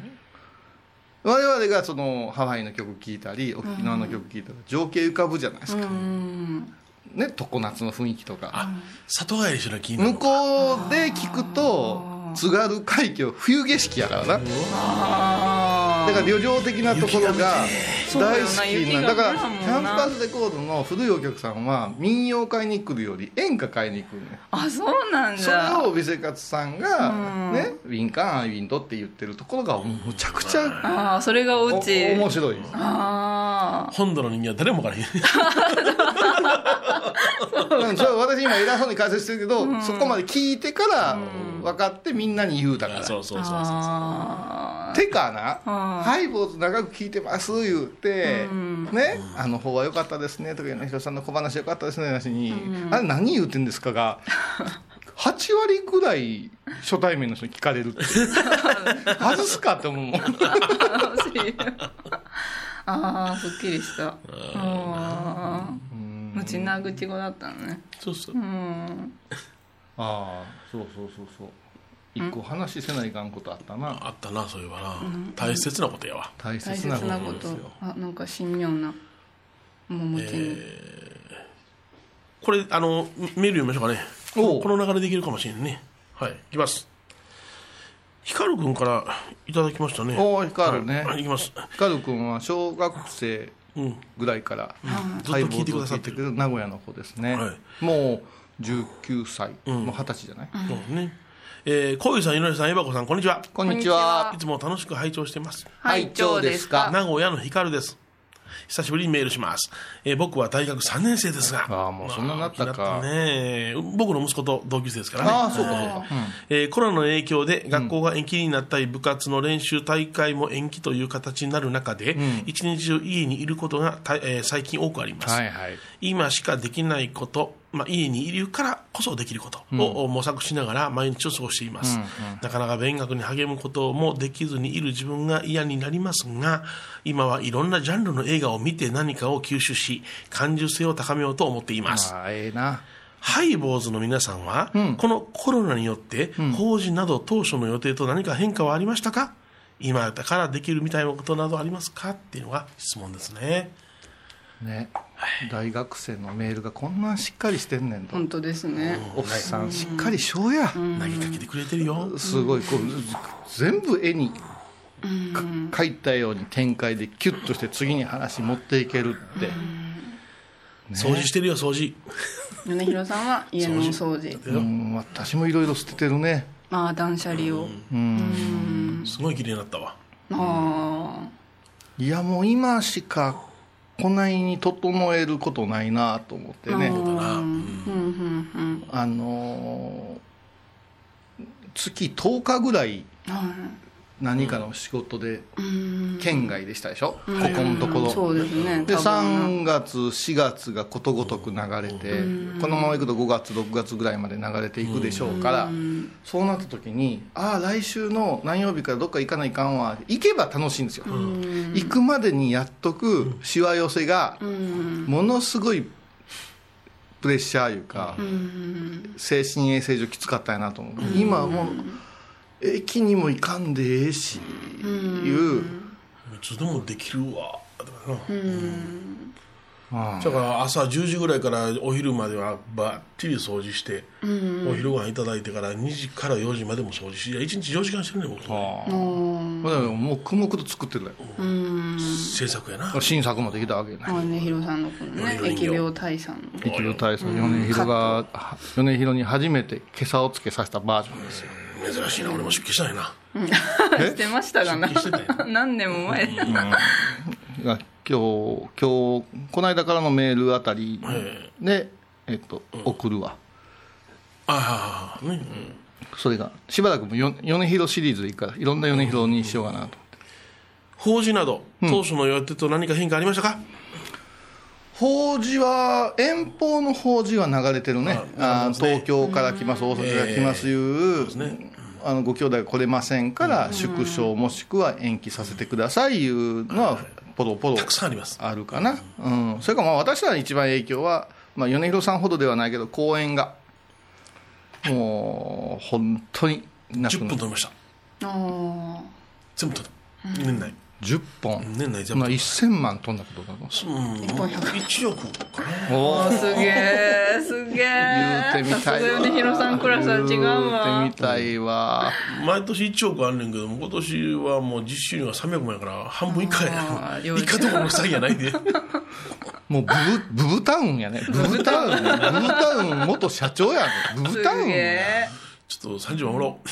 Speaker 4: 我々がそのハワイの曲聴いたり沖縄の曲聴いたら情景浮かぶじゃないですか、
Speaker 2: うん
Speaker 4: ね常夏の雰囲気とか
Speaker 3: 里帰りしなきゃいいの
Speaker 4: 向こうで聞くと津軽海峡冬景色やからな
Speaker 2: あ
Speaker 4: だから旅情的なところが大好
Speaker 2: 雪
Speaker 4: き
Speaker 2: がね
Speaker 4: なだから
Speaker 2: そうだよな雪が降る
Speaker 4: キ
Speaker 2: もんな
Speaker 4: ャンパスレコードの古いお客さんは民謡買いに来るより演歌買いに来るのよ
Speaker 2: ーあそうなんだ
Speaker 4: それを美生活さん
Speaker 2: う
Speaker 4: が
Speaker 2: ん
Speaker 4: ねウィンカーンアイウィンドって言ってるところがむちゃくちゃ
Speaker 2: ああそれが
Speaker 4: お
Speaker 2: オチ
Speaker 4: 面白い
Speaker 2: あ
Speaker 3: 本土の人間は誰もわからへん
Speaker 4: うんそれは私今偉そうに解説してるけどそこまで聞いてから分かってみんなに言うだか
Speaker 3: あ
Speaker 4: ら
Speaker 3: そうそう
Speaker 2: あ
Speaker 3: そうそう
Speaker 2: あ
Speaker 4: てかな、
Speaker 2: うん
Speaker 4: ハイボーズ長く聞いてます言うて、ね、あの方は良かったですねとか、柳田さんの小話良かったですねなしに、あれ何言うてんですかが、8割ぐらい初対面の人に聞かれるって、外すかって思うもん。
Speaker 2: 楽しい ああすっきりしたああうちな口語だったのね
Speaker 3: そうそう
Speaker 2: うん
Speaker 4: ああ、そうそうそうそう。一個話せないかんことあったな。
Speaker 3: あったなそういえばな大切なことやわ
Speaker 4: 大
Speaker 2: 大
Speaker 4: 切
Speaker 2: 切
Speaker 4: な
Speaker 2: なこ
Speaker 4: こ
Speaker 2: と
Speaker 4: です
Speaker 2: と
Speaker 4: よ。
Speaker 2: あなんか神妙な桃地に、
Speaker 3: これあのメール読みましょうかね
Speaker 4: お
Speaker 3: こ
Speaker 4: う
Speaker 3: この流れでいけるかもしれんねはいいきます光くんからいただきましたね
Speaker 4: おー光ね
Speaker 3: はい、いきます
Speaker 4: ヒカル君は小学生
Speaker 3: うん
Speaker 4: ぐらいから、
Speaker 3: ずっと聞いてくださってる
Speaker 4: ハイボーズを聞いく名古屋の子ですね、
Speaker 3: は
Speaker 4: もう19歳、もう20歳じゃない、
Speaker 3: そうですねえー、小井さん、井上さん、えばこさん、こんにちは。
Speaker 4: こんにち
Speaker 3: い
Speaker 4: は
Speaker 3: つも楽しく拝聴しています。
Speaker 2: はい長ですか
Speaker 3: 名古屋の光です。久しぶりにメールします。えー僕は大学3年生ですが。
Speaker 4: ああもうそんなになったか
Speaker 3: まあ気になったね。僕の息子と同級生ですからね。
Speaker 4: ああそうかそうか、
Speaker 3: えーコロナの影響で学校が延期になったり、部活の練習、大会も延期という形になる中で、一日中家にいることがた、えー最近多くあります。
Speaker 4: はいはい
Speaker 3: 今しかできないこと、まあ、家にいるからこそできることを模索しながら毎日を過ごしています、なかなか勉学に励むこともできずにいる自分が嫌になりますが今はいろんなジャンルの映画を見て何かを吸収し感受性を高めようと思っています、
Speaker 4: ああええな
Speaker 3: ハイボーズの皆さんは、このコロナによって、法事など当初の予定と何か変化はありましたか今だからできるみたいなことなどありますかっていうのが質問ですね。
Speaker 4: ね大学生のメールがこんなんしっかりしてんねんと、
Speaker 2: 本当ですね
Speaker 4: おっさんしっかりしようや、
Speaker 3: 投げかけてくれてるよ。
Speaker 4: すごいこう全部絵にか描いたように展開でキュッとして次に話持っていけるって、
Speaker 3: 掃除してるよ、掃除。
Speaker 2: 米広さんは家のお掃除
Speaker 4: うん私もいろいろ捨ててるね
Speaker 2: ああ断捨離を
Speaker 3: すごい綺麗になったわ。
Speaker 2: あ
Speaker 4: いやもう今しかこないに整えることないなと思ってね、
Speaker 3: だな。
Speaker 4: あのー月10日ぐらい
Speaker 2: あは
Speaker 4: 何かの仕事で
Speaker 2: いうん
Speaker 4: 県外でしたでしょ、ここのところ、
Speaker 2: そうですね
Speaker 4: で
Speaker 2: 多分
Speaker 4: 3月4月がことごとく流れて、このままいくと5月6月ぐらいまで流れていくでしょうから、そうなった時にああ来週の何曜日からどっか行かないかんわ行けば楽しいんですよ、行くまでにやっとくしわ寄せがものすごいプレッシャーいうか、精神衛生上きつかったんやなと思う、今はもう駅にも行かんでええし、いう、
Speaker 3: いつでもできるわ。だからな
Speaker 4: うん
Speaker 3: だから朝10時ぐらいからお昼まではばっちり掃除して、お昼ご飯いただいてから2時から4時までも掃除し、いや1日4時間してるね、僕。
Speaker 4: だからもう黙々と作ってるだよ
Speaker 3: 制作やな。
Speaker 4: 新作もできたわけない
Speaker 2: 米広さんのこのね
Speaker 3: 米広
Speaker 2: 疫病退散の
Speaker 4: 疫病対策米広がは米広に初めて袈裟をつけさせたバージョンですよ
Speaker 3: 珍しいな、俺も出家したいな。
Speaker 2: してましたがな
Speaker 3: 出家してた よ
Speaker 2: 何年も前
Speaker 4: が今日今日この間からのメールあたりで、えっと、送るわ
Speaker 3: ああ、ね。うん
Speaker 4: それがしばらくもよ米広シリーズでいいからいろんな米広にしようかなと思って
Speaker 3: 法事など、当初の予定と何か変化ありましたか
Speaker 4: 法事は遠方の法事は流れてるねあー東京から来ます大阪から来ますいう,、あのご兄弟が来れませんから縮小もしくは延期させてくださいいうのはポロポロ
Speaker 3: たくさんあります。
Speaker 4: あるかな、うん、それからまあ私らの一番影響は、まあ、米広さんほどではないけど公演がもう本当にな
Speaker 3: 10
Speaker 4: く
Speaker 3: 分
Speaker 4: な
Speaker 3: 取りました。
Speaker 2: あ
Speaker 3: 全部取った。年内。
Speaker 4: 10本
Speaker 3: 年内全
Speaker 4: ま
Speaker 3: 部
Speaker 4: あ、
Speaker 3: 取っ
Speaker 4: 1000万飛んだことだろ
Speaker 3: た。うん。1億かな。
Speaker 4: お
Speaker 2: ーすげえすげえ
Speaker 4: 言うてみたい
Speaker 2: さすが米広さんクラスは違う
Speaker 4: 言
Speaker 2: わ
Speaker 4: うてみたいわ
Speaker 3: 毎年1億あんねんけども、今年はもう実収入が300万やから、半分以下
Speaker 2: あ
Speaker 3: や。
Speaker 2: ー
Speaker 3: 以下どころの詐欺や ないで。
Speaker 4: もうブブブブタウンやねブブタウンブブタウン元社長やねブブタウ
Speaker 2: す
Speaker 4: ン
Speaker 2: げ
Speaker 4: や
Speaker 2: え
Speaker 3: ちょっと30万もらお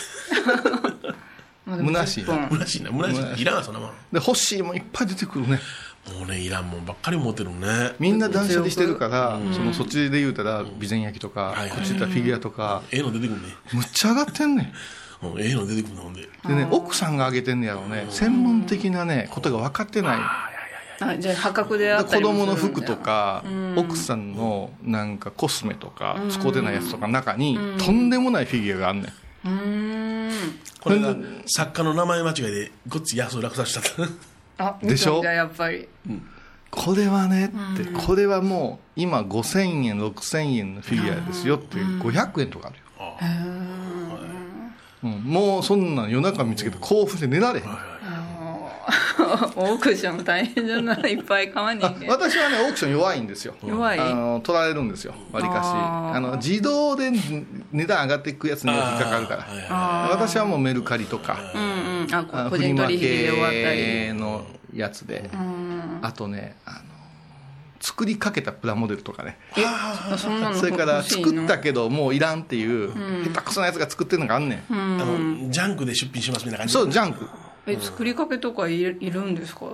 Speaker 3: う。
Speaker 4: 虚しいな
Speaker 2: 10
Speaker 3: 虚しいな、虚しいな。いらん、そんなもん。
Speaker 4: で欲しいもんいっぱい出てくるね
Speaker 3: もうね、いらんもんばっかり持ってるね。
Speaker 4: みんな断捨離してるから、そのそっちで言うたら備前焼きとか、
Speaker 3: はいはい
Speaker 4: こっちで言ったらフィギュアとか、
Speaker 3: ええの出てくるね。
Speaker 4: むっちゃ上がってんねん
Speaker 3: うんええの出てくるのほんで。
Speaker 4: でね、奥さんが挙げてんのやろうね、専門的なね、ことが分かってない。
Speaker 2: あじゃあ破格であった
Speaker 4: 子
Speaker 2: りもする
Speaker 4: 供
Speaker 2: んだ
Speaker 4: の服とか、奥さんのなんかコスメとか、使うてないやつとか中に、とんでもないフィギュアがあんねん。
Speaker 2: うーん
Speaker 3: これ
Speaker 4: ほ
Speaker 3: が
Speaker 4: んで
Speaker 3: 作家の名前間違いでごっつい安を落札しちゃった。
Speaker 2: あ
Speaker 4: でし
Speaker 2: 見
Speaker 4: ょ
Speaker 2: たんだやっぱり
Speaker 4: これはねって、これはもう、今5000円、6000円のフィギュアですよっていう、500円とかあるよ。うんもうそんなん夜中見つけて興奮して寝られへん。
Speaker 2: オークション 大変じゃないいっぱい買わねえ
Speaker 4: あ
Speaker 2: け
Speaker 4: 私はね、オークション弱いんですよ。
Speaker 2: 弱い
Speaker 4: あの取られるんですよ、わりかし
Speaker 2: あ
Speaker 4: あの、自動で値段上がっていくやつには引っかかるか
Speaker 3: はいはい
Speaker 4: ら、私はもうメルカリとか、
Speaker 2: うんうんあこ
Speaker 4: あの
Speaker 2: 個
Speaker 4: フリ
Speaker 2: 人
Speaker 4: マ
Speaker 2: 取引で終わったり
Speaker 4: 系のやつで、あとねあの、作りかけたプラモデルとかね、
Speaker 2: あそんなの
Speaker 4: それから
Speaker 2: 欲しいの
Speaker 4: 作ったけど、もういらんっていう、下手くそなやつが作ってるのがあんねん、
Speaker 3: あの、ジャンクで出品しますみたいな感じ。
Speaker 4: そう、ジャンク。
Speaker 2: え作りかけとかいるいるんですか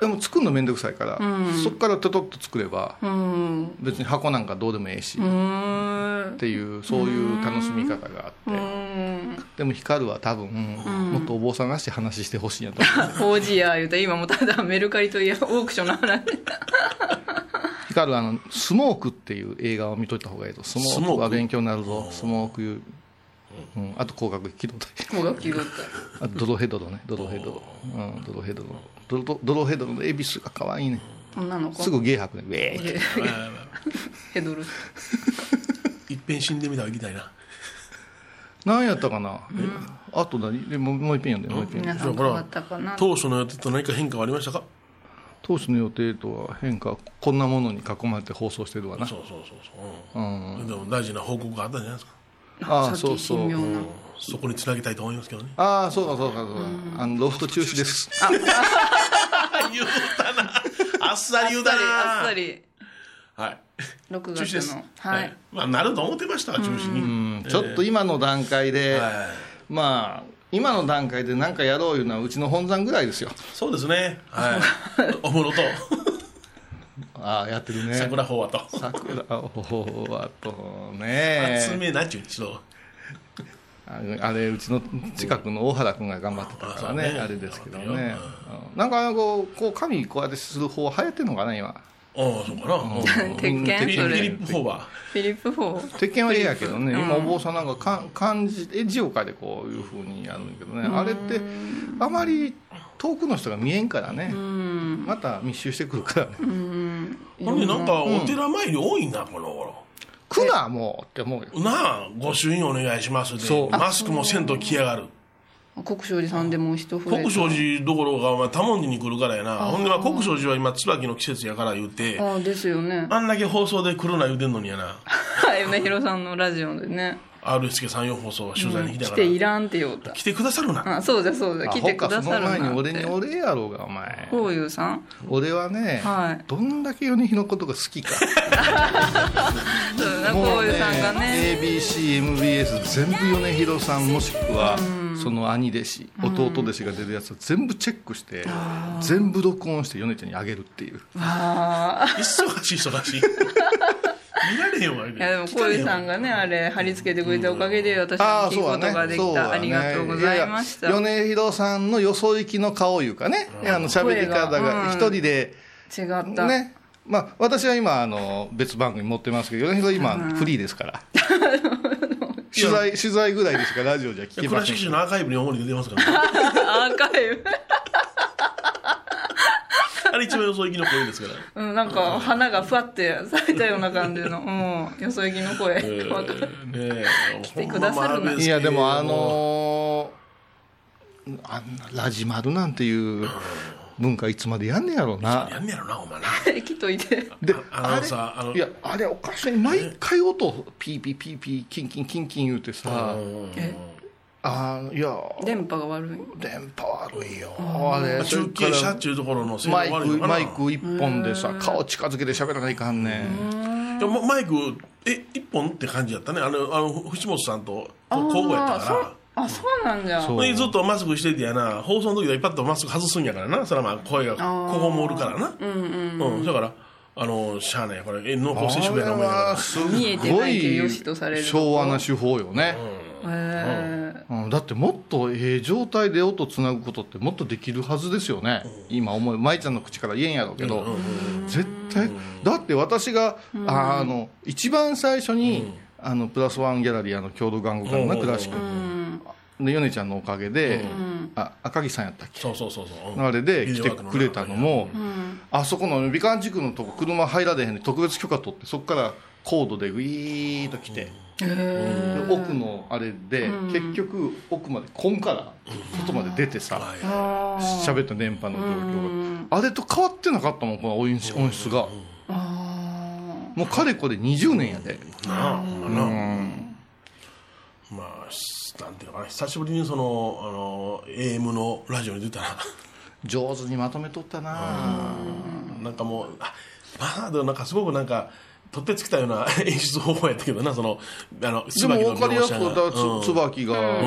Speaker 4: でも作るの面倒くさいから、そこからトトッと作れば、
Speaker 2: うんう
Speaker 4: 別に箱なんかどうでもええし、っ
Speaker 2: ーん
Speaker 4: ていうそういう楽しみ方があって、
Speaker 2: うん
Speaker 4: でも光は多分、もっとお坊さんらしい話してほしいんやと思う
Speaker 2: 王子や言うて今もうただメルカリといやオークションの話
Speaker 4: 光はあの「スモーク」っていう映画を見といた方がいいとス
Speaker 3: ス
Speaker 4: モー
Speaker 3: モ
Speaker 4: ク
Speaker 3: ー
Speaker 4: は
Speaker 3: ク
Speaker 4: 勉強になるぞスモークいう、うん、あと光学機動隊
Speaker 2: もう気取っ
Speaker 4: あ とドロヘドロねドロヘドロ、うん、ドロヘドロドロドロヘドロの恵比寿が可愛いね
Speaker 2: た女の子
Speaker 4: すぐゲー吐くねウェーって
Speaker 3: はいはいはい
Speaker 2: ヘドル
Speaker 3: いっぺん死んでみたら行きたいな。
Speaker 4: 何やったかな、あと何でもうもう一遍読んでもう一遍
Speaker 2: 皆さん変わったかな
Speaker 3: 当初の予定と何か変化はありましたか
Speaker 4: 当初の予定とは変化こんなものに囲まれて放送してるわな
Speaker 3: そうそうそうそう。うん。でも大事な報告があったんじゃないですか。
Speaker 4: ああ
Speaker 2: さっ
Speaker 4: そう
Speaker 2: き
Speaker 4: そ
Speaker 2: 神妙
Speaker 4: う
Speaker 2: な
Speaker 3: そこにつなげたいと思いますけどね。
Speaker 4: ああそうかそうかそうか、あのロフト中止です
Speaker 3: 言うたな。あっさり言うたな。
Speaker 2: あっさり
Speaker 3: は
Speaker 2: あっ
Speaker 3: い。
Speaker 2: さり6
Speaker 3: 中止で
Speaker 2: 月
Speaker 3: す
Speaker 2: の。はい。
Speaker 3: まあ、なると思ってました、中止に。
Speaker 4: ちょっと今の段階で、
Speaker 3: はい
Speaker 4: まあ、今の段階で何かやろういうのはうちの本山ぐらいですよ。
Speaker 3: そうですね。 はい。おもろと、
Speaker 4: ああ、やってるね。
Speaker 3: 桜法話と。
Speaker 4: 桜を、あと
Speaker 3: 集
Speaker 4: ね。
Speaker 3: めなっちゅうにしろ。
Speaker 4: ああれ、うちの近くの大原君が頑張ってたからね、
Speaker 3: うん
Speaker 4: あれですけど
Speaker 3: うん
Speaker 4: ね。うんなんかこう、こう、髪こうやってする方流行ってんのかな、今。
Speaker 3: ああ、そうかな。うん
Speaker 2: 鉄
Speaker 3: フィリ
Speaker 2: 拳そ
Speaker 3: フィリ
Speaker 2: れ
Speaker 3: ップ・ホーバ
Speaker 2: フィリップ4
Speaker 4: 鉄拳はええやけどね、今お坊さんなんかか漢字え字を書いてこういうふうにやるんやけどねあれってあまり遠くの人が見えんからねまた密集してくるからね
Speaker 3: ー。ほんで、なんか、お寺参り多いな、この頃。
Speaker 4: 「来なもう」って思うよ
Speaker 3: なあ、ご朱印お願いします
Speaker 4: そ
Speaker 3: で、
Speaker 4: う
Speaker 3: マスクもせんと着やがる。
Speaker 2: 国生寺さんでも一増え
Speaker 3: 国生寺どころか、お前、多文字に来るからやな。ほんで、まあ国生寺は今、椿の季節やから言うて、
Speaker 2: ああですよね
Speaker 3: あんだけ放送で来るな言うてんのにやな。
Speaker 2: はい米広さんのラジオでね
Speaker 3: R 助さん4放送は取材に来
Speaker 2: 来
Speaker 3: たから
Speaker 2: て。いらんって言おうた
Speaker 3: 来てくださるな。
Speaker 2: あそうじゃそうじゃ来てくださる
Speaker 4: アホかその前に
Speaker 2: なっ
Speaker 4: 俺に
Speaker 2: て
Speaker 4: 俺やろうがお前
Speaker 2: こういうさん
Speaker 4: 俺はね、
Speaker 2: はい
Speaker 4: どんだけ米日のことが好 きか
Speaker 2: そうだな
Speaker 4: も
Speaker 2: こう
Speaker 4: う
Speaker 2: い
Speaker 4: ね
Speaker 2: うさんがね
Speaker 4: ABCMBS 全部米広さんもしくはその兄弟子弟弟子が出るやつを全部チェックして全部録音して米ちゃんにあげるって いう
Speaker 2: ああ
Speaker 3: 忙しい忙しい見られへんわい
Speaker 2: いやでもこういうさんがねあれ貼り付けてくれたおかげで私
Speaker 4: あ
Speaker 2: は
Speaker 4: あ
Speaker 2: 聞く
Speaker 4: そう
Speaker 2: こ
Speaker 4: だね
Speaker 2: とがで
Speaker 4: そ
Speaker 2: き
Speaker 4: う
Speaker 2: た
Speaker 4: だ
Speaker 2: ありがとうございました
Speaker 4: やや米広さんのよそ行きの顔いうかねあの喋り方
Speaker 2: 声がう
Speaker 4: が
Speaker 2: ん
Speaker 4: 一人で
Speaker 2: 違った
Speaker 4: ねまあ私は今あの別番組持ってますけど米広今フリーですから取材取材ぐらいでしかラジオじゃ聞けま
Speaker 3: 倉
Speaker 4: せん
Speaker 3: 敷
Speaker 4: け
Speaker 3: 市
Speaker 4: ど
Speaker 3: のアーカイブに主に出てますから、ね、
Speaker 2: アーカイブ
Speaker 3: あれ一番よそ行きの声で すから。
Speaker 2: うん、なんか花がふわって咲いたような感じ の、もう、よそ行きの声。
Speaker 3: え
Speaker 2: わかる
Speaker 3: ーねえ
Speaker 2: 来てくださるな
Speaker 3: ほんま
Speaker 4: いやでもあのーあんなラジマルなんていう文化いつまでやんねやろうな
Speaker 3: やんねやろなお前な
Speaker 2: きっといて。
Speaker 4: で
Speaker 3: あ
Speaker 4: あ
Speaker 3: あのさあの
Speaker 4: れいやあれおかしい毎回音ピーピーピーピーキンキンキンキン言うてさあのいや
Speaker 2: 電波が悪い。
Speaker 4: 電波悪いよあれそれ
Speaker 3: 中
Speaker 4: か
Speaker 3: 継車
Speaker 4: ら
Speaker 3: っていうところの性能
Speaker 4: マイ
Speaker 3: 悪い
Speaker 4: ク
Speaker 3: のかな
Speaker 4: マイク一本でさ顔近づけて喋らないかんねん
Speaker 3: でもマイクえ一本って感じやったねあのあの藤本さんと交互やったから
Speaker 2: あ、そうなんじゃ。
Speaker 4: そう
Speaker 3: ほんでずっとマスクしててやな放送の時だけパッとマスク外すんやからなそれはまあ声がここもおるからなうんだからあのしゃあないこれえ濃厚接
Speaker 4: あ
Speaker 3: 触
Speaker 4: れ
Speaker 3: やな思いなが
Speaker 4: は
Speaker 3: ら
Speaker 4: す
Speaker 2: 見えて
Speaker 4: ご
Speaker 2: ないけど良しとされ
Speaker 4: い
Speaker 2: る
Speaker 4: 昭和な手法よね、
Speaker 2: へー
Speaker 4: うん、だってもっとええ状態で音つなぐことってもっとできるはずですよね、今思い舞ちゃんの口から言えんやろうけど、絶対だって私が、あの一番最初に、あのプラスワンギャラリーあの郷土玩具館のな
Speaker 3: うん
Speaker 4: クラシック、で米ちゃんのおかげで、あ赤木さんやったっけ
Speaker 3: そうそうそうそううん
Speaker 4: あれで来てくれたのも、あそこの美観地区のとこ車入られへんで特別許可取ってそこからコードでウィーッと来て、で奥のあれで、結局奥までこんから外まで出てさ
Speaker 3: い
Speaker 4: 喋った電波の状況があれと変わってなかったもんこの音質音質がもうかれこれ20年やで
Speaker 3: なあほんまなまあしなんていうのかな久しぶりにそのあの AM のラジオに出たら
Speaker 4: 上手にまとめとったな
Speaker 3: なんかもうあまあでもなんかすごくなんか取ってつきたような演出方法やったけどなそのあの
Speaker 4: でも分かりやすく
Speaker 3: が
Speaker 4: だつ椿があ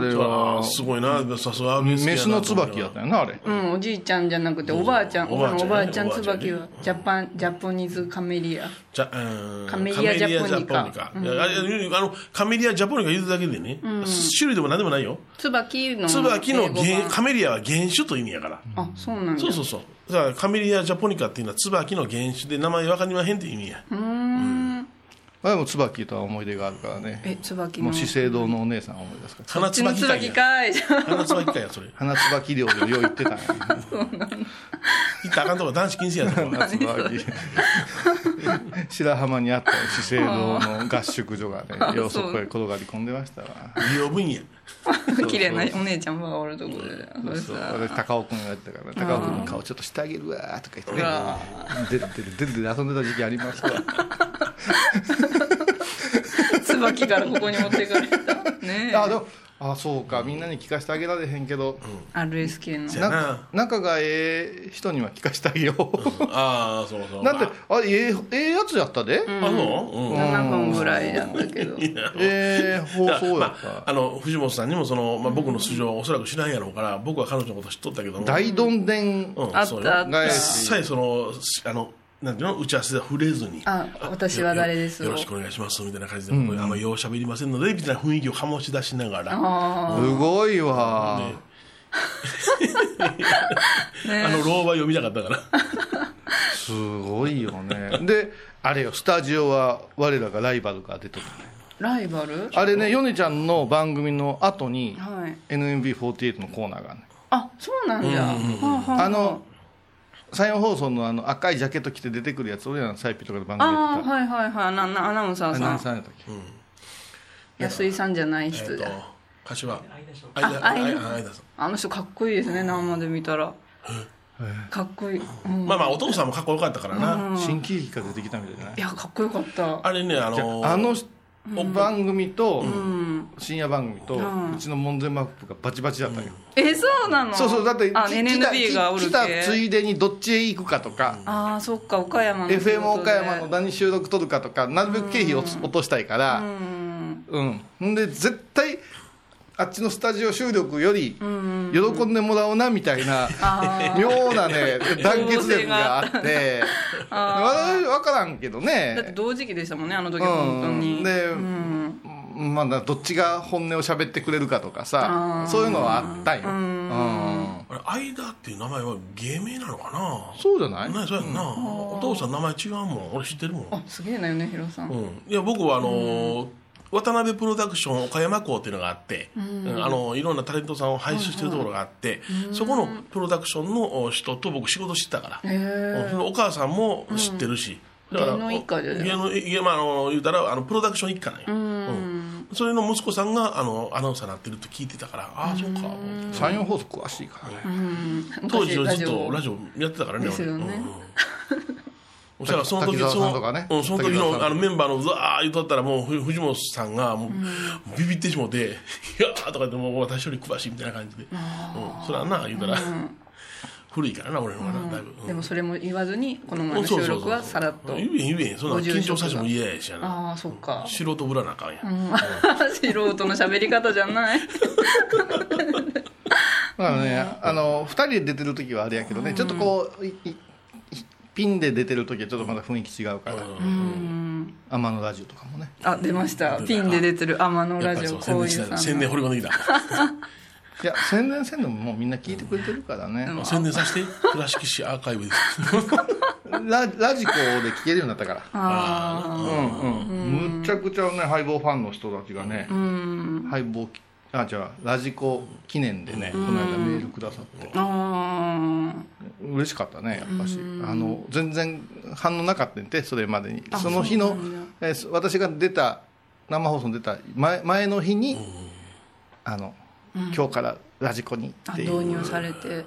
Speaker 4: れ
Speaker 3: あー
Speaker 4: は
Speaker 3: すごいなさすがメ
Speaker 4: 飯の椿やったよなあれ
Speaker 2: うん、おじいちゃんじゃなくておばあちゃん、
Speaker 3: お
Speaker 2: お
Speaker 3: ばあ
Speaker 2: ばあ
Speaker 3: ちゃんね
Speaker 2: おばあちゃん
Speaker 3: おばあちゃんね
Speaker 2: 椿はジャパンジャポニーズカメリア。
Speaker 3: じゃうん
Speaker 2: カメリアジャポニカ
Speaker 3: カメリアジャポニカいやあのカメリアジャポニカ言うだけでね種類でも何でもないよ
Speaker 2: 椿の
Speaker 3: 椿
Speaker 2: 英
Speaker 3: の
Speaker 2: 語版
Speaker 3: 原カメリアは原種という意味やから
Speaker 2: あ、そうなんだ。
Speaker 3: そうそうそうだからカメリアジャポニカっていうのは椿の原種で名前わかりまへんっていう意味や
Speaker 4: あれも椿とは思い出があるからね
Speaker 2: え、椿
Speaker 4: も
Speaker 2: の。
Speaker 4: う資生堂のお姉さんを思い出すから
Speaker 3: 花
Speaker 2: うちの
Speaker 3: 椿会
Speaker 2: 椿
Speaker 3: や
Speaker 2: かい。
Speaker 3: 花椿会やそれ
Speaker 4: 花椿寮でよう行ってたんや
Speaker 3: 行ったらあかんとこ男子禁止 やぞ
Speaker 4: 花椿白浜にあった資生堂の合宿 所がねようそこへ転がり込んでましたわ
Speaker 3: 美容分野
Speaker 2: 綺麗なお姉ちゃんがおるとこで。そう
Speaker 4: そう
Speaker 2: さ
Speaker 4: 俺高尾君がやってたから高尾君の顔ちょっとしてあげるわーとか言ってね
Speaker 2: わ
Speaker 4: 出て出て出て遊んでた時期あり ましたわ
Speaker 2: 椿からここに持ってかれた。ね
Speaker 4: あでもあそうかみんなに聞かせてあげられへんけど、
Speaker 2: え。RSK の。
Speaker 3: や
Speaker 4: な
Speaker 3: な
Speaker 4: 仲がええ人には聞かせてあげよう
Speaker 3: ああそうそう
Speaker 4: なんてあれええええやつやった
Speaker 3: あ
Speaker 4: で、
Speaker 3: そううん
Speaker 2: 7分ぐらいだったけど。
Speaker 4: ええ放
Speaker 3: だから
Speaker 4: 送や
Speaker 3: ま
Speaker 4: った、
Speaker 3: あ、あの藤本さんにもその、まあ、僕の素性はおそらく知らんやろうから僕は彼女のこと知っとったけども
Speaker 4: 大どんでん
Speaker 3: うん
Speaker 2: あっ
Speaker 3: そう
Speaker 2: たあ
Speaker 3: よ
Speaker 2: っ
Speaker 4: 返
Speaker 2: た。
Speaker 3: 一切そのしあのなんていうの打ち合わせでは触れずに
Speaker 2: あ、私は誰です
Speaker 3: よろしくお願いしますみたいな感じで、こうあんまようしゃべりませんのでみたいな雰囲気を醸し出しながらあ
Speaker 4: すごいわ、
Speaker 3: の老婆読みたかっ たから
Speaker 4: すごいよねであれよスタジオは我らがライバルが出てる
Speaker 2: ライバル
Speaker 4: あれね米ちゃんの番組の後に、
Speaker 2: はい
Speaker 4: NMB48 のコーナーがあるね
Speaker 2: あ、そうなんだ。はあはあ
Speaker 4: あの山陽放送のあの赤いジャケット着て出てくるやつ俺らのサイピとかの番組や
Speaker 2: あ
Speaker 4: って
Speaker 2: あ
Speaker 4: た
Speaker 2: はいはいはいななアナウンサー
Speaker 4: あれ
Speaker 2: さ
Speaker 4: 何
Speaker 2: ん
Speaker 4: さんやったっけ、
Speaker 2: 安井さんじゃない人
Speaker 3: え
Speaker 2: だ、
Speaker 3: っと柏相田
Speaker 2: あ相田
Speaker 3: 相田さ
Speaker 2: あの人かっこいいですね生で見たらかっこいい、うん
Speaker 3: んまあまあお父さんもかっこよかったからな、
Speaker 4: 新喜劇から出てきたみたいじゃない
Speaker 2: いやかっこよかった
Speaker 3: あれねあ
Speaker 4: じゃ
Speaker 3: の
Speaker 4: ああの番組と、深夜番組と、うちの門前マップがバチバチだったんよ、
Speaker 2: えそうなの
Speaker 4: そうそうだって
Speaker 2: あ
Speaker 4: き来た
Speaker 2: NNB がおる
Speaker 4: 来たつ
Speaker 2: け
Speaker 4: いでにどっちへ行くかとか
Speaker 2: ああそっか岡山の仕事で
Speaker 4: FM 岡山の何収録取るかとかなるべく経費を落としたいからうん、ん、で絶対あっちのスタジオ収録より喜んでもらおうなみたいな妙 なね団結力があ って分からんけどね
Speaker 2: だって同時期でしたもんねあの時
Speaker 4: うん
Speaker 2: 本当に
Speaker 4: で、まあなどっちが本音を喋ってくれるかとかさそういうのはあったんよ、うん
Speaker 3: あれ相田っていう名前は芸名なのかな
Speaker 4: そうじゃない
Speaker 3: ねそうやんな、お父さん名前違うもん俺知ってるもん
Speaker 2: すげえな米広さん
Speaker 3: うん、いや僕はあのー渡辺プロダクション岡山校っていうのがあって、うんあのいろんなタレントさんを輩出してるところがあって、そこのプロダクションのお人と僕仕事してたから、うんそのお母さんも知ってるし、だから
Speaker 2: 芸能一家で
Speaker 3: 芸能いやまああの言うたらあのプロダクション一家なんよ、うんそれの息子さんがあのアナウンサーになってると聞いてたからああそうか
Speaker 4: 山陽放送詳しいからね、
Speaker 3: 当時はずっと
Speaker 2: 昔
Speaker 3: ラジオやってたからね
Speaker 2: ですよね
Speaker 3: 俺うんうんそしたらその時
Speaker 4: 滝沢
Speaker 3: そ
Speaker 4: さんとかね
Speaker 3: のうんその時
Speaker 4: 滝沢さ
Speaker 3: の
Speaker 4: んとか
Speaker 3: あのメンバーのザー言うとったらもうふ藤本さんがもうビビってしもて「い やー」とか言ってもう私より詳しいみたいな感じでうんそらな言うたら古いからな俺のがなだいぶうん
Speaker 2: でもそれも言わずにこの前
Speaker 3: う
Speaker 2: の
Speaker 3: んそう
Speaker 2: 収
Speaker 3: そうそう
Speaker 2: 録はさらっと
Speaker 3: 言えん言えんそんな
Speaker 2: ご住
Speaker 3: 緊
Speaker 2: 職が
Speaker 3: 張させても嫌やしやな
Speaker 2: ああそっか
Speaker 3: 素人ぶらなあかんや ん
Speaker 2: 素人の喋り方じゃない
Speaker 4: だからね、あの2人で出てる時はあれやけどね、ちょっとこういいいピンで出てる時はちょっとまだ雰囲気違うから、天野ラジオとかもね
Speaker 2: あ出ましたピンで出てる天野
Speaker 3: や
Speaker 2: ラ
Speaker 3: っぱり
Speaker 2: ジ
Speaker 3: そ
Speaker 2: オ
Speaker 3: う
Speaker 2: こ
Speaker 3: 宣
Speaker 2: ういう
Speaker 3: 伝し
Speaker 2: さん
Speaker 3: た宣伝掘り込んできた
Speaker 4: いや宣伝せんでももうみんな聞いてくれてるからね、
Speaker 3: 宣伝させて倉敷市アーカイブです
Speaker 4: ララジコで聞けるようになったからうんうん、むちゃくちゃねハイボーファンの人たちがね、ハイボーあじゃあラジコ記念でね、この間メールくださって、
Speaker 2: あ
Speaker 4: 嬉しかったねやっぱし、あの全然反応なかったんでそれまでにその日の、えーそ私が出た生放送に出た前前の日に、あの今日からラジコに
Speaker 2: あ
Speaker 4: ってい
Speaker 2: 導
Speaker 4: う、
Speaker 2: 入されて